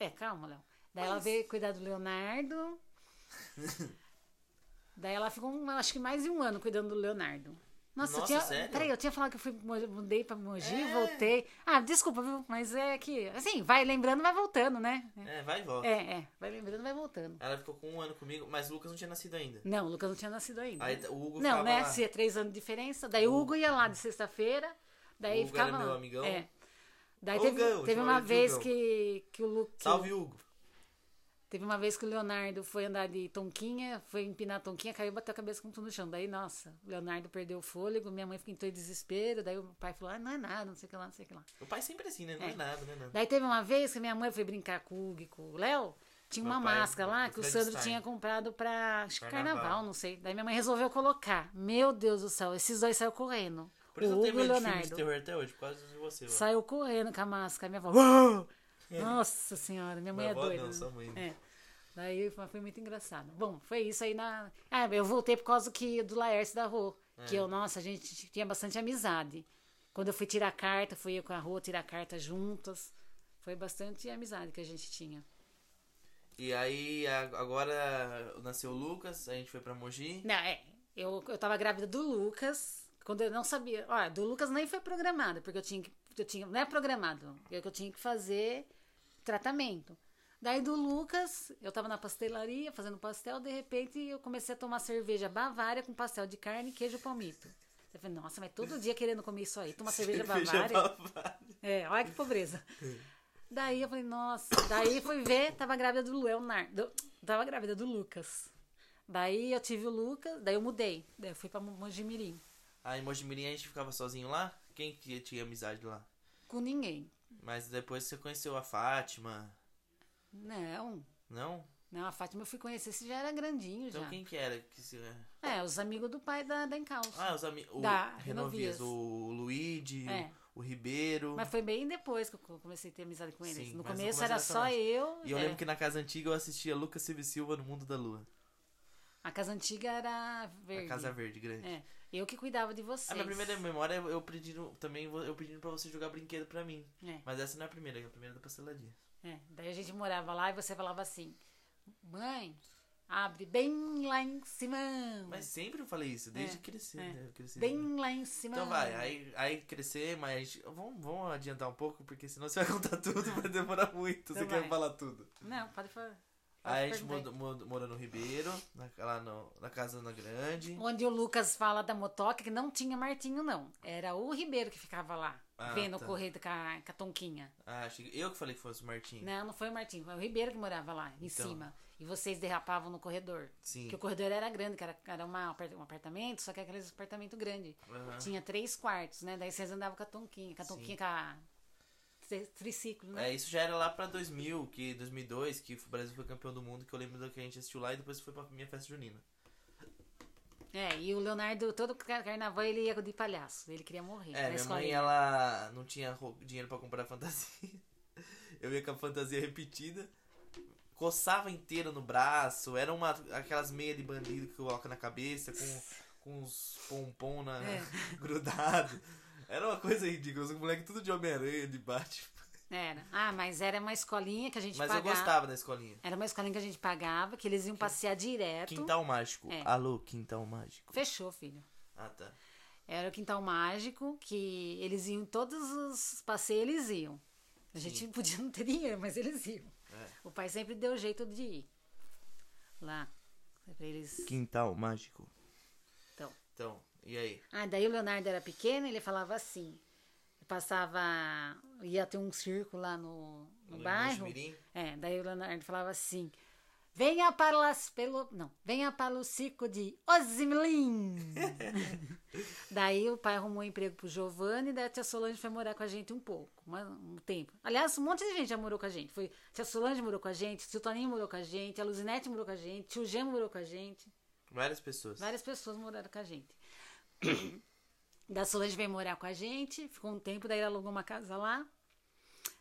[SPEAKER 2] É, calma, Léo. Daí
[SPEAKER 1] Mas-
[SPEAKER 2] ela veio cuidar do Leonardo. Daí ela ficou, um- acho que mais de um ano cuidando do Leonardo. Nossa, eu
[SPEAKER 1] Nossa,
[SPEAKER 2] tinha.
[SPEAKER 1] sério?
[SPEAKER 2] Peraí, eu tinha falado que eu fui, mo- mudei pra Mogi,
[SPEAKER 1] É.
[SPEAKER 2] voltei. Ah, desculpa, viu? Mas é que. Assim, vai lembrando, vai voltando, né?
[SPEAKER 1] É, vai e volta.
[SPEAKER 2] É, é. Vai lembrando, vai voltando.
[SPEAKER 1] Ela ficou com um ano comigo, mas o Lucas não tinha nascido ainda.
[SPEAKER 2] Não, o Lucas não tinha nascido ainda.
[SPEAKER 1] Aí o Hugo
[SPEAKER 2] Não,
[SPEAKER 1] ficava
[SPEAKER 2] né?
[SPEAKER 1] lá.
[SPEAKER 2] Se é três anos de diferença. Daí o Hugo ia lá de sexta-feira. Daí
[SPEAKER 1] O Hugo
[SPEAKER 2] ficava.
[SPEAKER 1] era meu
[SPEAKER 2] lá.
[SPEAKER 1] amigão.
[SPEAKER 2] É. Daí
[SPEAKER 1] Ô,
[SPEAKER 2] teve,
[SPEAKER 1] Gão, eu
[SPEAKER 2] teve
[SPEAKER 1] chamava
[SPEAKER 2] uma
[SPEAKER 1] de
[SPEAKER 2] vez
[SPEAKER 1] Hugão.
[SPEAKER 2] que, que o Lucas.
[SPEAKER 1] Salve, Hugo.
[SPEAKER 2] Teve uma vez que o Leonardo foi andar de Tonquinha, foi empinar a Tonquinha, caiu e bateu a cabeça com tudo no chão. Daí, nossa, o Leonardo perdeu o fôlego, minha mãe ficou em todo desespero. Daí o pai falou: ah, não é nada, não sei o que lá, não sei o que lá.
[SPEAKER 1] O pai sempre é assim, né? Não é,
[SPEAKER 2] É.
[SPEAKER 1] nada, não é nada.
[SPEAKER 2] Daí teve uma vez que minha mãe foi brincar com o Hugo e com o Léo. Tinha
[SPEAKER 1] Meu
[SPEAKER 2] uma
[SPEAKER 1] pai,
[SPEAKER 2] máscara lá que o
[SPEAKER 1] Frankenstein.
[SPEAKER 2] Sandro tinha comprado pra acho que
[SPEAKER 1] Carnaval.
[SPEAKER 2] carnaval. não sei. Daí minha mãe resolveu colocar. Meu Deus do céu, esses dois saíram correndo.
[SPEAKER 1] Por isso
[SPEAKER 2] o
[SPEAKER 1] eu tenho
[SPEAKER 2] Hugo e o
[SPEAKER 1] medo de filme de
[SPEAKER 2] Leonardo.
[SPEAKER 1] terror até hoje, por causa de você. ó.
[SPEAKER 2] Saiu correndo com a máscara. Minha avó. "Uau!" Nossa senhora, minha mãe
[SPEAKER 1] Minha
[SPEAKER 2] é
[SPEAKER 1] avó
[SPEAKER 2] doida.
[SPEAKER 1] não,
[SPEAKER 2] né?
[SPEAKER 1] sua mãe.
[SPEAKER 2] É. Daí foi foi muito engraçado. Bom, foi isso aí na. Ah, eu voltei por causa que, do Laércio da Rô. Que
[SPEAKER 1] É.
[SPEAKER 2] eu, nossa, a gente tinha bastante amizade. Quando eu fui tirar carta, fui eu com a Rô tirar carta juntas. Foi bastante amizade que a gente tinha.
[SPEAKER 1] E aí, a- agora nasceu o Lucas, a gente foi pra Mogi.
[SPEAKER 2] Não, é. Eu, eu tava grávida do Lucas, quando eu não sabia. Olha, do Lucas nem foi programado, porque eu tinha que. Eu tinha, não é programado, é que eu tinha que fazer tratamento. Daí do Lucas, eu tava na pastelaria fazendo pastel, de repente eu comecei a tomar cerveja bavária com pastel de carne e queijo palmito. Eu falei, nossa, mas todo dia querendo comer isso aí, tomar cerveja, bavária.
[SPEAKER 1] bavária.
[SPEAKER 2] É, olha que pobreza. Daí eu falei, nossa. Daí fui ver, tava grávida do Leonardo. Tava grávida do Lucas. Daí eu tive o Lucas, daí eu mudei. Daí eu fui pra Mo- Mojimirim.
[SPEAKER 1] Aí em Mojimirim a gente ficava sozinho lá. Quem que tinha amizade lá?
[SPEAKER 2] Com ninguém.
[SPEAKER 1] Mas depois você conheceu a Fátima,
[SPEAKER 2] Não.
[SPEAKER 1] não?
[SPEAKER 2] Não, a Fátima eu fui conhecer, se já era grandinho
[SPEAKER 1] Então
[SPEAKER 2] já.
[SPEAKER 1] quem que era? Que se...
[SPEAKER 2] É, os amigos do pai da, da Encalço.
[SPEAKER 1] Ah, os amigos.
[SPEAKER 2] Da
[SPEAKER 1] Renovias.
[SPEAKER 2] Renovias.
[SPEAKER 1] O Luigi,
[SPEAKER 2] É.
[SPEAKER 1] o, o Ribeiro.
[SPEAKER 2] Mas foi bem depois que eu co- comecei a ter amizade com eles.
[SPEAKER 1] Sim,
[SPEAKER 2] no
[SPEAKER 1] mas no
[SPEAKER 2] começo
[SPEAKER 1] começo
[SPEAKER 2] era
[SPEAKER 1] era só
[SPEAKER 2] só
[SPEAKER 1] nós.
[SPEAKER 2] eu.
[SPEAKER 1] E eu
[SPEAKER 2] é.
[SPEAKER 1] lembro que na casa antiga eu assistia Lucas Silva e Silva no Mundo da Lua.
[SPEAKER 2] A casa antiga era verde.
[SPEAKER 1] A Casa Verde Grande.
[SPEAKER 2] É. Eu que cuidava de vocês.
[SPEAKER 1] A minha primeira memória eu pedindo também eu pedindo pra você jogar brinquedo pra mim.
[SPEAKER 2] É.
[SPEAKER 1] Mas essa não é a primeira, é a primeira da pastelaria.
[SPEAKER 2] É, daí a gente morava lá e você falava assim: mãe, abre bem lá em cima.
[SPEAKER 1] Mas sempre eu falei isso, desde que cresci,
[SPEAKER 2] é.
[SPEAKER 1] né? Eu cresci.
[SPEAKER 2] bem lá em cima.
[SPEAKER 1] Então vai, aí, aí crescer, mas vamos, vamos adiantar um pouco, porque senão você vai contar tudo, vai demorar muito,
[SPEAKER 2] Então
[SPEAKER 1] você quer
[SPEAKER 2] vai.
[SPEAKER 1] falar tudo.
[SPEAKER 2] Não, pode falar. pode
[SPEAKER 1] Aí a gente
[SPEAKER 2] perguntar aí.
[SPEAKER 1] mudou- mudou- morou no Ribeiro, na, lá no- na Casa da Ana Grande.
[SPEAKER 2] Onde o Lucas fala da motoca que não tinha Martinho, não. Era o Ribeiro que ficava lá,
[SPEAKER 1] Ah,
[SPEAKER 2] vendo
[SPEAKER 1] tá.
[SPEAKER 2] o correio com a, com a Tonquinha.
[SPEAKER 1] Ah, achei- eu que falei que fosse o Martim.
[SPEAKER 2] Não, não foi o Martinho, foi o Ribeiro que morava lá, em
[SPEAKER 1] Então.
[SPEAKER 2] cima. E vocês derrapavam no corredor.
[SPEAKER 1] Sim.
[SPEAKER 2] Porque o corredor era grande, que era, era uma apar- um apartamento, só que era aqueles apartamento grande.
[SPEAKER 1] Aham.
[SPEAKER 2] Tinha três quartos, né? Daí vocês andavam com a Tonquinha, com a Tonquinha com a tri- triciclo, né?
[SPEAKER 1] É, isso já era lá pra 2000, que 2002, que o Brasil foi campeão do mundo, que eu lembro que a gente assistiu lá e depois foi pra minha festa junina.
[SPEAKER 2] É, e o Leonardo, todo car- carnaval, ele ia de palhaço. Ele queria morrer.
[SPEAKER 1] É,
[SPEAKER 2] na
[SPEAKER 1] minha
[SPEAKER 2] escolinha.
[SPEAKER 1] mãe, ela não tinha rou- dinheiro pra comprar fantasia. Eu ia com a fantasia repetida. Coçava inteira no braço. Era uma aquelas meias de bandido que coloca na cabeça, com, com uns pompom na,
[SPEAKER 2] É.
[SPEAKER 1] grudado. Era uma coisa ridícula. Os moleques tudo de Homem-Aranha, de Batman.
[SPEAKER 2] Era. Ah, mas era uma escolinha que a gente
[SPEAKER 1] Mas
[SPEAKER 2] pagava.
[SPEAKER 1] eu gostava da escolinha.
[SPEAKER 2] Era uma escolinha que a gente pagava, que eles iam passear direto.
[SPEAKER 1] Quintal Mágico.
[SPEAKER 2] É.
[SPEAKER 1] Alô, Quintal Mágico.
[SPEAKER 2] Fechou, filho.
[SPEAKER 1] Ah, tá.
[SPEAKER 2] Era o quintal mágico, que eles iam, todos os passeios eles iam. A gente
[SPEAKER 1] Sim.
[SPEAKER 2] podia não ter dinheiro, mas eles iam.
[SPEAKER 1] É.
[SPEAKER 2] O pai sempre deu jeito de ir. Lá. Pra eles.
[SPEAKER 1] Quintal Mágico.
[SPEAKER 2] Então.
[SPEAKER 1] Então, e aí?
[SPEAKER 2] Ah, daí o Leonardo era pequeno, ele falava assim. Passava. ia ter um circo lá no, no
[SPEAKER 1] No
[SPEAKER 2] bairro.
[SPEAKER 1] Mirim?
[SPEAKER 2] É, daí o Leonardo falava assim. Venha para las, pelo, não, venha para o circo de Osimilim. daí o pai arrumou um emprego pro Giovanni e daí a tia Solange foi morar com a gente um pouco, uma- um tempo. Aliás, um monte de gente já morou com a gente. Foi, a tia Solange morou com a gente, o tio Toninho morou com a gente, a Luzinete morou com a gente, o tio Gê morou com a gente.
[SPEAKER 1] Várias pessoas.
[SPEAKER 2] Várias pessoas moraram com a gente. da Solange veio morar com a gente, ficou um tempo, daí ela alugou uma casa lá.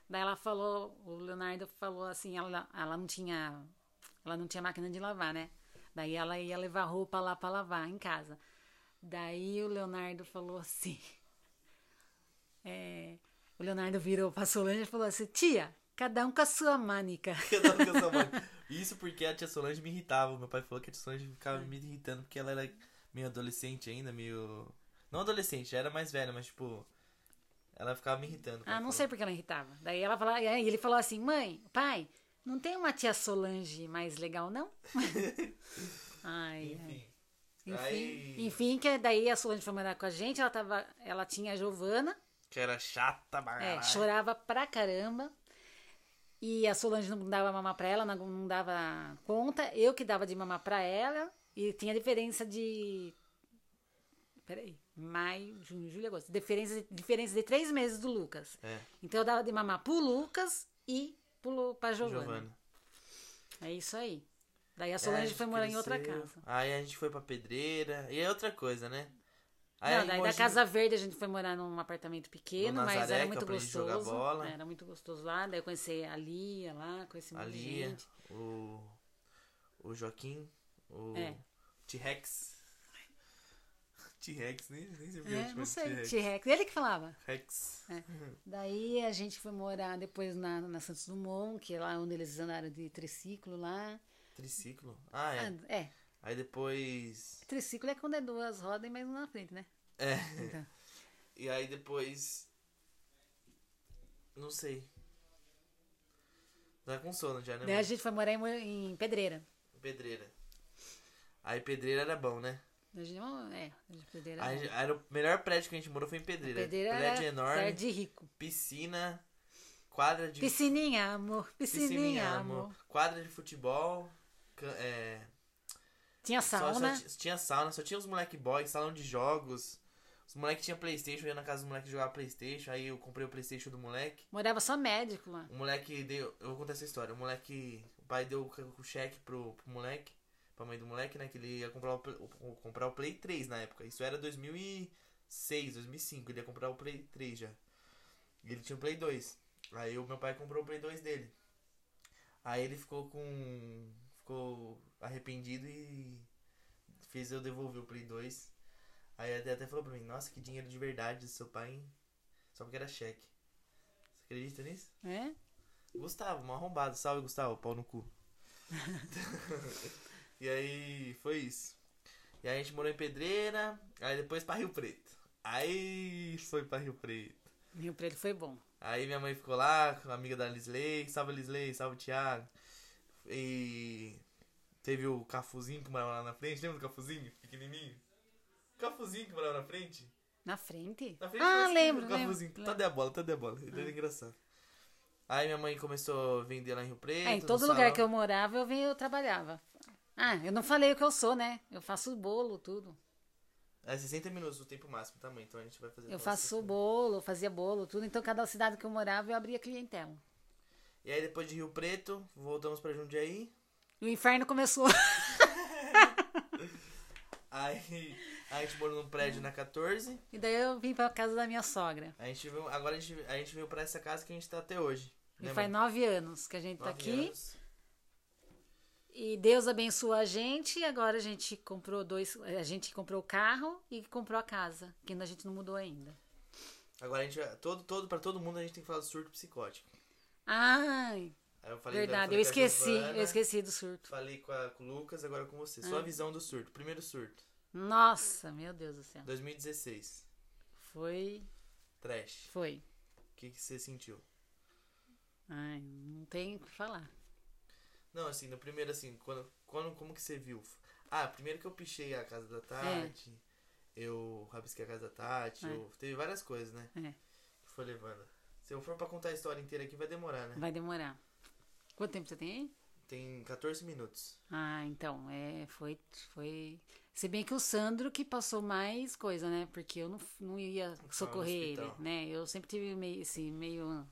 [SPEAKER 2] Daí ela falou, o Leonardo falou assim, ela, ela não tinha ela não tinha máquina de lavar, né? Daí ela ia levar roupa lá pra lavar em casa. Daí o Leonardo falou assim, é, o Leonardo virou pra Solange e falou assim, tia, cada um com a sua mânica.
[SPEAKER 1] Eu tava com essa mãe. Isso porque a tia Solange me irritava. Meu pai falou que a tia Solange ficava
[SPEAKER 2] É.
[SPEAKER 1] me irritando porque ela era meio adolescente ainda, meio. Não adolescente, já era mais velha, mas tipo. Ela ficava me irritando.
[SPEAKER 2] Ah, não sei porque ela irritava. Daí ela falava, e aí ele falou assim: mãe, pai, não tem uma tia Solange mais legal, não? Ai, ai.
[SPEAKER 1] Enfim.
[SPEAKER 2] enfim,
[SPEAKER 1] Aí-
[SPEAKER 2] enfim, que é daí a Solange foi morar com a gente, ela, tava, ela tinha a Giovana,
[SPEAKER 1] Que era chata,
[SPEAKER 2] é,
[SPEAKER 1] bagulho.
[SPEAKER 2] chorava pra caramba. E a Solange não dava mamar pra ela, não, não dava conta. Eu que dava de mamar pra ela. E tinha diferença de. Peraí. Maio, junho, julho, agosto. Diferença, diferença de três meses do Lucas.
[SPEAKER 1] É,
[SPEAKER 2] Então eu dava de mamar pro Lucas e pro, Lu- pra Giovana.
[SPEAKER 1] Giovana.
[SPEAKER 2] É isso aí. Daí né? a
[SPEAKER 1] É,
[SPEAKER 2] Solange
[SPEAKER 1] gente
[SPEAKER 2] foi morar em outra
[SPEAKER 1] cresceu.
[SPEAKER 2] casa.
[SPEAKER 1] Aí a gente foi pra pedreira. E é outra coisa, né?
[SPEAKER 2] Não,
[SPEAKER 1] em
[SPEAKER 2] daí da
[SPEAKER 1] Mogi-
[SPEAKER 2] Casa Verde a gente foi morar num apartamento pequeno,
[SPEAKER 1] No
[SPEAKER 2] mas
[SPEAKER 1] Nazareca,
[SPEAKER 2] era muito
[SPEAKER 1] pra gente jogar
[SPEAKER 2] gostoso.
[SPEAKER 1] bola.
[SPEAKER 2] Era muito gostoso lá. Daí eu conheci a Lia lá, conheci
[SPEAKER 1] A
[SPEAKER 2] muita
[SPEAKER 1] Lia,
[SPEAKER 2] Uhum. gente.
[SPEAKER 1] o. O Joaquim, o.
[SPEAKER 2] É.
[SPEAKER 1] T-Rex. T-Rex, nem, nem sei porque a
[SPEAKER 2] É,
[SPEAKER 1] gente chama
[SPEAKER 2] não
[SPEAKER 1] de
[SPEAKER 2] sei,
[SPEAKER 1] T-Rex.
[SPEAKER 2] T-Rex. Ele que falava.
[SPEAKER 1] Rex.
[SPEAKER 2] Daí a gente foi morar depois na, na Santos Dumont, que é lá onde eles andaram de triciclo lá.
[SPEAKER 1] Triciclo? Ah, é.
[SPEAKER 2] Ah, é,
[SPEAKER 1] Aí depois.
[SPEAKER 2] triciclo é quando é duas rodas e mais uma na frente, né?
[SPEAKER 1] É.
[SPEAKER 2] Então.
[SPEAKER 1] E aí depois. Não sei. Tá com sono já, né?
[SPEAKER 2] Daí a
[SPEAKER 1] mano?
[SPEAKER 2] gente foi morar em Mo- em Pedreira.
[SPEAKER 1] Pedreira. Aí pedreira era bom, né?
[SPEAKER 2] A gente não- é, a gente- pedreira.
[SPEAKER 1] Aí, era o melhor prédio que a gente morou foi em pedreira.
[SPEAKER 2] pedreira
[SPEAKER 1] prédio
[SPEAKER 2] era
[SPEAKER 1] enorme,
[SPEAKER 2] prédio de rico.
[SPEAKER 1] piscina, quadra de.
[SPEAKER 2] Piscininha, amor. Piscininha, amor.
[SPEAKER 1] Quadra de futebol. can- É,
[SPEAKER 2] Tinha
[SPEAKER 1] Só- só
[SPEAKER 2] sauna.
[SPEAKER 1] ti- tinha sauna, só tinha os moleque boy, salão de jogos. Os moleque tinha Playstation, eu ia na casa do moleque jogar Playstation, aí eu comprei o Playstation do moleque.
[SPEAKER 2] Morava só médico lá.
[SPEAKER 1] O moleque deu. Eu vou contar essa história. O moleque. O pai deu o ca- o cheque pro, pro moleque, pra mãe do moleque, né? Que ele ia comprar o, Play- o- o- comprar o Play 3 na época. Isso era 2006, 2005. Ele ia comprar o Play 3 já. E ele tinha o Play 2. Aí o meu pai comprou o Play 2 dele. Aí ele ficou com. Ficou arrependido e. Fez eu devolver o Play 2. Aí até, até falou pra mim, nossa, que dinheiro de verdade do seu pai, hein? Só porque era cheque. Você acredita nisso?
[SPEAKER 2] né?
[SPEAKER 1] Gustavo, mal arrombado. Salve, Gustavo, pau no cu. e aí, foi isso. E aí a gente morou em Pedreira, aí depois pra Rio Preto. Aí foi pra Rio Preto.
[SPEAKER 2] Rio Preto foi bom.
[SPEAKER 1] Aí minha mãe ficou lá, com a amiga da Lisley, salve Lisley, salve Thiago. E teve o Cafuzinho que morava lá na frente, lembra do Cafuzinho? Pequenininho? Cafuzinho que morava na frente?
[SPEAKER 2] Na frente?
[SPEAKER 1] Na frente
[SPEAKER 2] ah,
[SPEAKER 1] da esquina,
[SPEAKER 2] lembro,
[SPEAKER 1] do
[SPEAKER 2] lembro.
[SPEAKER 1] Cafuzinho. Cadê a tá é bola? Cadê a bola? Ele era engraçado. Aí minha mãe começou a vender lá em Rio Preto.
[SPEAKER 2] É, em
[SPEAKER 1] no
[SPEAKER 2] todo lugar
[SPEAKER 1] salão.
[SPEAKER 2] que eu morava, eu vinha, eu trabalhava. Ah, eu não falei o que eu sou, né? Eu faço bolo, tudo.
[SPEAKER 1] É 60 minutos o tempo máximo, tá, mãe? Então a gente vai fazer.
[SPEAKER 2] Eu
[SPEAKER 1] nossa.
[SPEAKER 2] faço bolo, eu fazia bolo, tudo. Então, cada cidade que eu morava, eu abria clientela.
[SPEAKER 1] E aí depois de Rio Preto, voltamos pra Jundiaí.
[SPEAKER 2] E o inferno começou.
[SPEAKER 1] Aí a gente morou num prédio na 14.
[SPEAKER 2] E daí eu vim pra casa da minha sogra.
[SPEAKER 1] A gente veio, agora a gente, a gente veio pra essa casa que a gente tá até hoje.
[SPEAKER 2] E
[SPEAKER 1] né,
[SPEAKER 2] faz
[SPEAKER 1] mãe?
[SPEAKER 2] nove anos que a gente tá
[SPEAKER 1] Nove
[SPEAKER 2] aqui.
[SPEAKER 1] anos.
[SPEAKER 2] E Deus abençoou a gente. E agora a gente comprou dois. A gente comprou o carro e comprou a casa. Que ainda a gente não mudou ainda.
[SPEAKER 1] Agora a gente vai- todo, todo, pra todo mundo a gente tem que falar do surto psicótico.
[SPEAKER 2] Ai,
[SPEAKER 1] Aí eu falei,
[SPEAKER 2] verdade.
[SPEAKER 1] falei
[SPEAKER 2] Eu
[SPEAKER 1] com a
[SPEAKER 2] esqueci.
[SPEAKER 1] Giovana,
[SPEAKER 2] Eu esqueci Ah. do surto.
[SPEAKER 1] Falei com, a- com o Lucas, agora com você. Sua visão do surto, primeiro surto,
[SPEAKER 2] Nossa, meu Deus do céu.
[SPEAKER 1] 2016,
[SPEAKER 2] Foi.
[SPEAKER 1] trash.
[SPEAKER 2] Foi.
[SPEAKER 1] O que, que você sentiu?
[SPEAKER 2] Ai, não tem o que falar.
[SPEAKER 1] Não, assim, no primeiro, assim, quando, quando, como que você viu? Ah, primeiro que eu pichei a casa da Tati, eu rabisquei a casa da Tati,
[SPEAKER 2] É.
[SPEAKER 1] eu- teve várias coisas, né?
[SPEAKER 2] É,
[SPEAKER 1] Que foi levando. Se eu for pra contar a história inteira aqui, vai demorar, né?
[SPEAKER 2] vai demorar. Quanto tempo você tem aí?
[SPEAKER 1] Tem 14 minutos.
[SPEAKER 2] Ah, então, é, foi, foi. Se bem que o Sandro que passou mais coisa, né? Porque eu não, não ia socorrer ele,
[SPEAKER 1] hospital.
[SPEAKER 2] né? Eu sempre tive meio, assim, meio.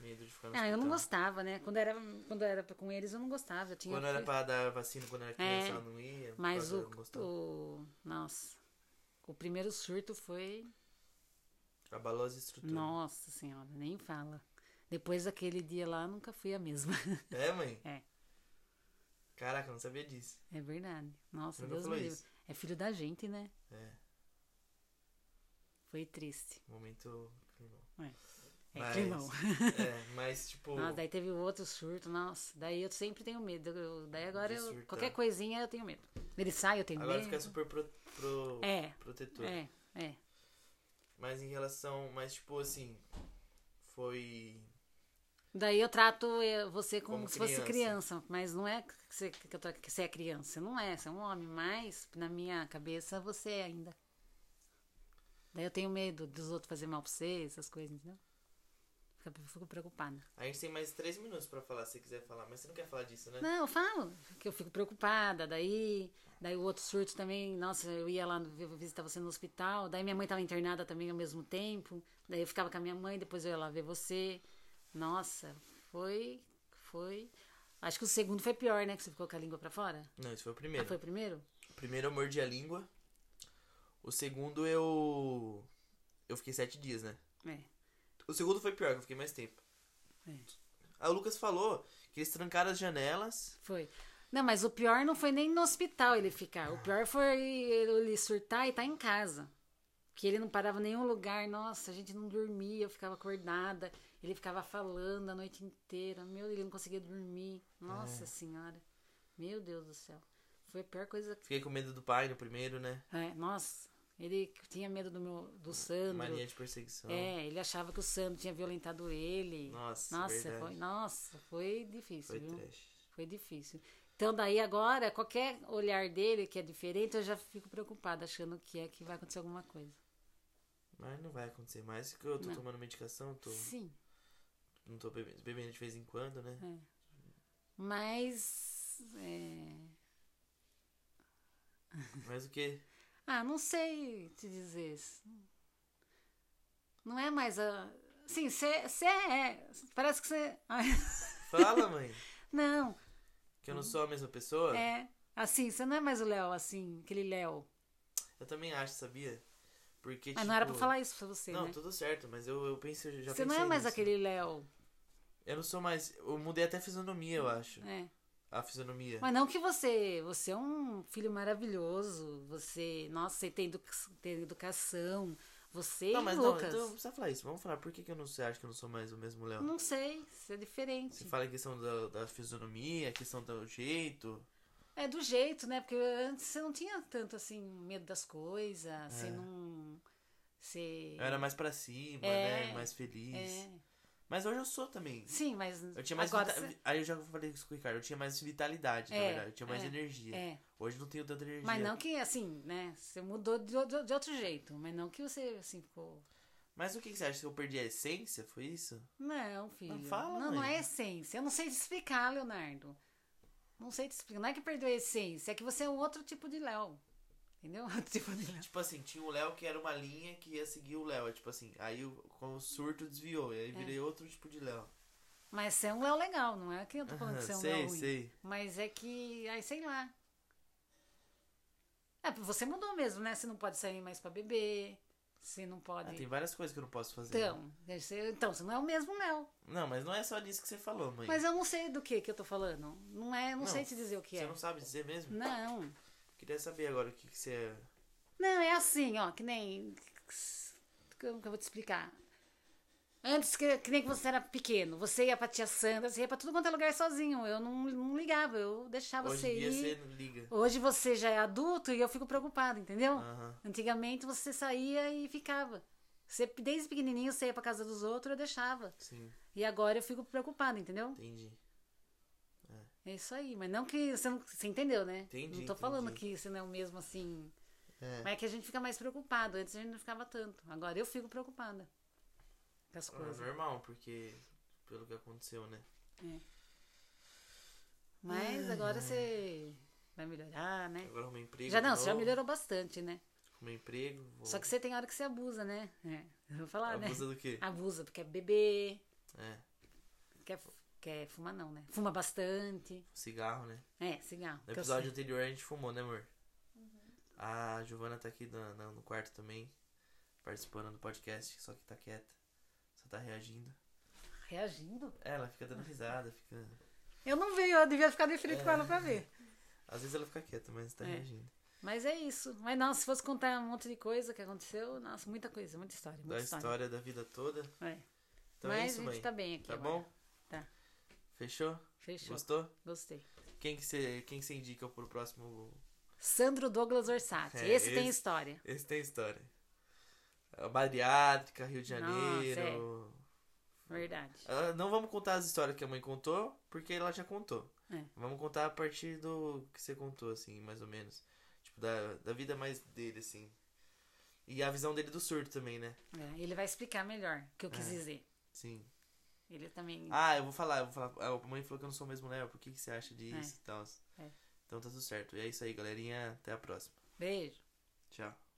[SPEAKER 1] Medo de ficar no
[SPEAKER 2] Ah, eu não
[SPEAKER 1] hospital.
[SPEAKER 2] gostava, né? Quando era, quando era com eles, eu não gostava. Eu tinha.
[SPEAKER 1] Quando era pra dar vacina, quando era criança,
[SPEAKER 2] É,
[SPEAKER 1] ela não ia. por
[SPEAKER 2] Mas
[SPEAKER 1] causa
[SPEAKER 2] o,
[SPEAKER 1] dela não gostava.
[SPEAKER 2] o. Nossa. O primeiro surto foi.
[SPEAKER 1] Abalou as estruturas.
[SPEAKER 2] Nossa Senhora, nem fala. Depois daquele dia lá, nunca fui a mesma.
[SPEAKER 1] É, mãe?
[SPEAKER 2] É.
[SPEAKER 1] Caraca, eu não sabia disso.
[SPEAKER 2] É verdade. Nossa,
[SPEAKER 1] Nunca
[SPEAKER 2] Deus me
[SPEAKER 1] falou
[SPEAKER 2] livre.
[SPEAKER 1] isso.
[SPEAKER 2] É filho da gente, né?
[SPEAKER 1] É.
[SPEAKER 2] Foi triste.
[SPEAKER 1] Momento climão.
[SPEAKER 2] É,
[SPEAKER 1] Mas- é,
[SPEAKER 2] climão.
[SPEAKER 1] mas tipo.
[SPEAKER 2] Nossa, daí teve outro surto, nossa. Daí eu sempre tenho medo. eu- daí agora
[SPEAKER 1] De
[SPEAKER 2] eu-
[SPEAKER 1] surtar.
[SPEAKER 2] qualquer coisinha eu tenho medo. Ele sai, eu tenho
[SPEAKER 1] agora
[SPEAKER 2] medo.
[SPEAKER 1] fica super pro, pro-
[SPEAKER 2] É,
[SPEAKER 1] protetor.
[SPEAKER 2] é, é.
[SPEAKER 1] Mas em relação. Mas tipo assim. Foi.
[SPEAKER 2] Daí eu trato eh, você como,
[SPEAKER 1] Como
[SPEAKER 2] se fosse
[SPEAKER 1] criança.
[SPEAKER 2] criança, mas não é que você, que eu tô- que você é criança, você não é, você é um homem, mas na minha cabeça você é ainda. Daí eu tenho medo dos outros fazer mal pra você, essas coisas, entendeu? Fico, fico preocupada.
[SPEAKER 1] A gente tem mais três minutos pra falar se você quiser falar, mas você não quer falar disso, né?
[SPEAKER 2] Não, eu falo que eu fico preocupada. Daí, daí o outro surto também. Nossa, eu ia lá no- eu visitar você no hospital. Daí minha mãe estava internada também ao mesmo tempo. Daí eu ficava com a minha mãe, depois eu ia lá ver você. Nossa, foi, foi. Acho que o segundo foi pior, né? Que você ficou com a língua pra fora.
[SPEAKER 1] Não, isso foi o
[SPEAKER 2] Ah,
[SPEAKER 1] primeiro.
[SPEAKER 2] foi o primeiro?
[SPEAKER 1] O primeiro eu mordi a língua. O segundo eu. Eu fiquei sete dias, né?
[SPEAKER 2] É.
[SPEAKER 1] O segundo foi pior, que eu fiquei mais tempo.
[SPEAKER 2] É.
[SPEAKER 1] Aí o Lucas falou que eles trancaram as janelas.
[SPEAKER 2] Foi. Não, mas o pior não foi nem no hospital ele ficar. O pior foi ele surtar e tá em casa. Que ele não parava em nenhum lugar. Nossa, a gente não dormia, eu ficava acordada. Ele ficava falando a noite inteira. Meu, ele não conseguia dormir.
[SPEAKER 1] É.
[SPEAKER 2] Nossa senhora. Meu Deus do céu. Foi a pior coisa. que-
[SPEAKER 1] Fiquei com medo do pai no primeiro, né?
[SPEAKER 2] É, nossa, ele tinha medo do meu do Sandro.
[SPEAKER 1] Mania de perseguição.
[SPEAKER 2] É, ele achava que o Sandro tinha violentado ele.
[SPEAKER 1] Nossa,
[SPEAKER 2] nossa,
[SPEAKER 1] verdade.
[SPEAKER 2] foi, nossa, foi difícil,
[SPEAKER 1] Foi
[SPEAKER 2] viu?
[SPEAKER 1] trash.
[SPEAKER 2] Foi difícil. Então, daí agora, qualquer olhar dele que é diferente, eu já fico preocupada, achando que é que vai acontecer alguma coisa.
[SPEAKER 1] Mas não vai acontecer mais, porque eu tô
[SPEAKER 2] Não.
[SPEAKER 1] tomando medicação, tô,
[SPEAKER 2] Sim,
[SPEAKER 1] não tô bebendo, bebendo de vez em quando, né?
[SPEAKER 2] é. Mas. é,
[SPEAKER 1] Mas o quê?
[SPEAKER 2] Ah, não sei te dizer. Não é mais a. Sim, você é. Parece que você.
[SPEAKER 1] Fala, mãe!
[SPEAKER 2] Não,
[SPEAKER 1] Que eu não sou a mesma pessoa?
[SPEAKER 2] é. Assim, você não é mais o Léo, assim, aquele Léo.
[SPEAKER 1] Eu também acho, sabia? Porque,
[SPEAKER 2] Ah, não era pra
[SPEAKER 1] tipo,
[SPEAKER 2] falar isso pra você,
[SPEAKER 1] Não,
[SPEAKER 2] né?
[SPEAKER 1] tudo certo, mas eu, eu penso, eu já pensei
[SPEAKER 2] Você não é mais
[SPEAKER 1] nisso.
[SPEAKER 2] aquele Léo.
[SPEAKER 1] Eu não sou mais. Eu mudei até a fisionomia, eu acho.
[SPEAKER 2] É.
[SPEAKER 1] a fisionomia.
[SPEAKER 2] Mas não que você. Você é um filho maravilhoso. Você. Nossa, você tem, educa tem educação. Você
[SPEAKER 1] não,
[SPEAKER 2] e
[SPEAKER 1] mas
[SPEAKER 2] Lucas.
[SPEAKER 1] não, então não precisa falar isso. Vamos falar por que, que eu não, você acha que eu não sou mais o mesmo Léo?
[SPEAKER 2] Não sei, isso é diferente.
[SPEAKER 1] Você fala a questão da, da fisionomia, a questão do jeito.
[SPEAKER 2] É do jeito, né? Porque antes você não tinha tanto assim medo das coisas, você não. Você.
[SPEAKER 1] Eu É. era mais pra cima,
[SPEAKER 2] É.
[SPEAKER 1] né? Mais feliz.
[SPEAKER 2] É.
[SPEAKER 1] Mas hoje eu sou também.
[SPEAKER 2] Sim, mas.
[SPEAKER 1] Eu tinha mais.
[SPEAKER 2] agora
[SPEAKER 1] vita-
[SPEAKER 2] você-
[SPEAKER 1] Aí eu já falei isso com o Ricardo. Eu tinha mais vitalidade, na
[SPEAKER 2] É,
[SPEAKER 1] verdade. Eu tinha mais
[SPEAKER 2] é,
[SPEAKER 1] energia.
[SPEAKER 2] É.
[SPEAKER 1] Hoje eu não tenho tanta energia.
[SPEAKER 2] Mas não que assim, né? Você mudou de, outro- de outro jeito, mas não que você assim ficou.
[SPEAKER 1] Mas o que que você acha? Que eu perdi a essência? Foi isso?
[SPEAKER 2] Não, filho.
[SPEAKER 1] fala,
[SPEAKER 2] não, não
[SPEAKER 1] mãe.
[SPEAKER 2] é essência. Eu não sei te explicar, Leonardo. Não sei te explicar. Não é que perdeu a essência, é que você é um outro tipo de Léo. Entendeu? Outro tipo de Léo.
[SPEAKER 1] Tipo assim, tinha o Léo que era uma linha que ia seguir o Léo. é Tipo assim, aí o, com o surto desviou.
[SPEAKER 2] É.
[SPEAKER 1] E aí virei outro tipo de Léo.
[SPEAKER 2] Mas você é um Léo legal, não é que eu tô falando que você é um Léo
[SPEAKER 1] sei,
[SPEAKER 2] ruim.
[SPEAKER 1] sei.
[SPEAKER 2] Mas é que. Ai, sei lá. É, você mudou mesmo, né? Você não pode sair mais pra beber. Você não
[SPEAKER 1] Ah,
[SPEAKER 2] pode.
[SPEAKER 1] tem várias coisas que eu não posso fazer.
[SPEAKER 2] Então, deve ser- então, você não é o mesmo Léo.
[SPEAKER 1] Não, mas não é só disso que você falou, mãe.
[SPEAKER 2] Mas eu não sei do que que eu tô falando. Não é, não,
[SPEAKER 1] Não,
[SPEAKER 2] sei te dizer o que
[SPEAKER 1] você
[SPEAKER 2] é.
[SPEAKER 1] não sabe dizer mesmo?
[SPEAKER 2] Não.
[SPEAKER 1] Queria saber agora o que, que você é.
[SPEAKER 2] Não, é assim, ó, que nem. Como que eu vou te explicar? Antes, que, que nem que você era pequeno, você ia pra tia Sandra, você ia pra tudo quanto é lugar sozinho. Eu não, não ligava, eu deixava
[SPEAKER 1] Hoje
[SPEAKER 2] Ah, você
[SPEAKER 1] em dia
[SPEAKER 2] ir.
[SPEAKER 1] você não liga.
[SPEAKER 2] Hoje você já é adulto e eu fico preocupada, entendeu?
[SPEAKER 1] Aham.
[SPEAKER 2] Antigamente você saía e ficava. Você, desde pequenininho você ia pra casa dos outros, eu deixava.
[SPEAKER 1] Sim,
[SPEAKER 2] E agora eu fico preocupada, entendeu?
[SPEAKER 1] entendi.
[SPEAKER 2] É isso aí, mas não que você, não, você entendeu, né?
[SPEAKER 1] Entendi,
[SPEAKER 2] Não tô falando
[SPEAKER 1] entendi.
[SPEAKER 2] que você não é o mesmo assim.
[SPEAKER 1] É.
[SPEAKER 2] Mas é que a gente fica mais preocupado. Antes a gente não ficava tanto. Agora eu fico preocupada com as
[SPEAKER 1] Ah,
[SPEAKER 2] coisas.
[SPEAKER 1] normal, porque. Pelo que aconteceu, né?
[SPEAKER 2] Mas agora você vai melhorar, né?
[SPEAKER 1] Agora arrumei emprego.
[SPEAKER 2] Já
[SPEAKER 1] de
[SPEAKER 2] não, você já
[SPEAKER 1] novo,
[SPEAKER 2] melhorou bastante, né?
[SPEAKER 1] Arrumei emprego. Vou...
[SPEAKER 2] Só que você tem hora que você abusa, né? É, eu vou falar, né?
[SPEAKER 1] Abusa do quê?
[SPEAKER 2] Abusa, porque é beber,
[SPEAKER 1] É,
[SPEAKER 2] quer, fu- quer fumar não, né? Fuma bastante.
[SPEAKER 1] cigarro, né?
[SPEAKER 2] É, cigarro.
[SPEAKER 1] No
[SPEAKER 2] que eu
[SPEAKER 1] episódio
[SPEAKER 2] sei. Uhum.
[SPEAKER 1] anterior a gente fumou, né, amor? A Giovana tá aqui na- na- no quarto também, participando do podcast, só que tá quieta. Só tá reagindo.
[SPEAKER 2] Reagindo?
[SPEAKER 1] É, Ela fica
[SPEAKER 2] Ah.
[SPEAKER 1] dando risada, fica.
[SPEAKER 2] Eu não vi, eu devia ficar de
[SPEAKER 1] É.
[SPEAKER 2] frente com ela pra ver.
[SPEAKER 1] Às vezes ela fica quieta, mas tá
[SPEAKER 2] É.
[SPEAKER 1] reagindo.
[SPEAKER 2] Mas é isso. Mas nossa, se fosse contar um monte de coisa que aconteceu, nossa, muita coisa, muita história, muita
[SPEAKER 1] Da
[SPEAKER 2] história.
[SPEAKER 1] história da vida toda.
[SPEAKER 2] É.
[SPEAKER 1] Então
[SPEAKER 2] Mas
[SPEAKER 1] é
[SPEAKER 2] a
[SPEAKER 1] isso,
[SPEAKER 2] gente
[SPEAKER 1] mãe.
[SPEAKER 2] tá bem aqui
[SPEAKER 1] Tá
[SPEAKER 2] agora.
[SPEAKER 1] bom?
[SPEAKER 2] Tá.
[SPEAKER 1] Fechou?
[SPEAKER 2] Fechou.
[SPEAKER 1] Gostou?
[SPEAKER 2] Gostei.
[SPEAKER 1] Quem que você quem que você indica pro próximo.
[SPEAKER 2] Sandro Douglas Orsatti.
[SPEAKER 1] É,
[SPEAKER 2] esse, tem
[SPEAKER 1] esse-
[SPEAKER 2] história.
[SPEAKER 1] Esse tem história. A Bariátrica, Rio de
[SPEAKER 2] Nossa, é.
[SPEAKER 1] Janeiro.
[SPEAKER 2] Verdade.
[SPEAKER 1] Ah, Não vamos contar as histórias que a mãe contou, porque ela já contou.
[SPEAKER 2] É.
[SPEAKER 1] Vamos contar a partir do que você contou, assim, mais ou menos. Tipo, da, da vida mais dele, assim. E a visão dele do surto também, né?
[SPEAKER 2] É, ele vai explicar melhor o que eu quis
[SPEAKER 1] É.
[SPEAKER 2] dizer.
[SPEAKER 1] Sim.
[SPEAKER 2] Ele também.
[SPEAKER 1] Ah, eu vou falar, eu vou falar. Ah, A mãe falou que eu não sou o mesmo Léo, por que, que você acha disso e tal?
[SPEAKER 2] É.
[SPEAKER 1] Então tá tudo certo. E é isso aí, galerinha. Até a próxima.
[SPEAKER 2] Beijo.
[SPEAKER 1] Tchau.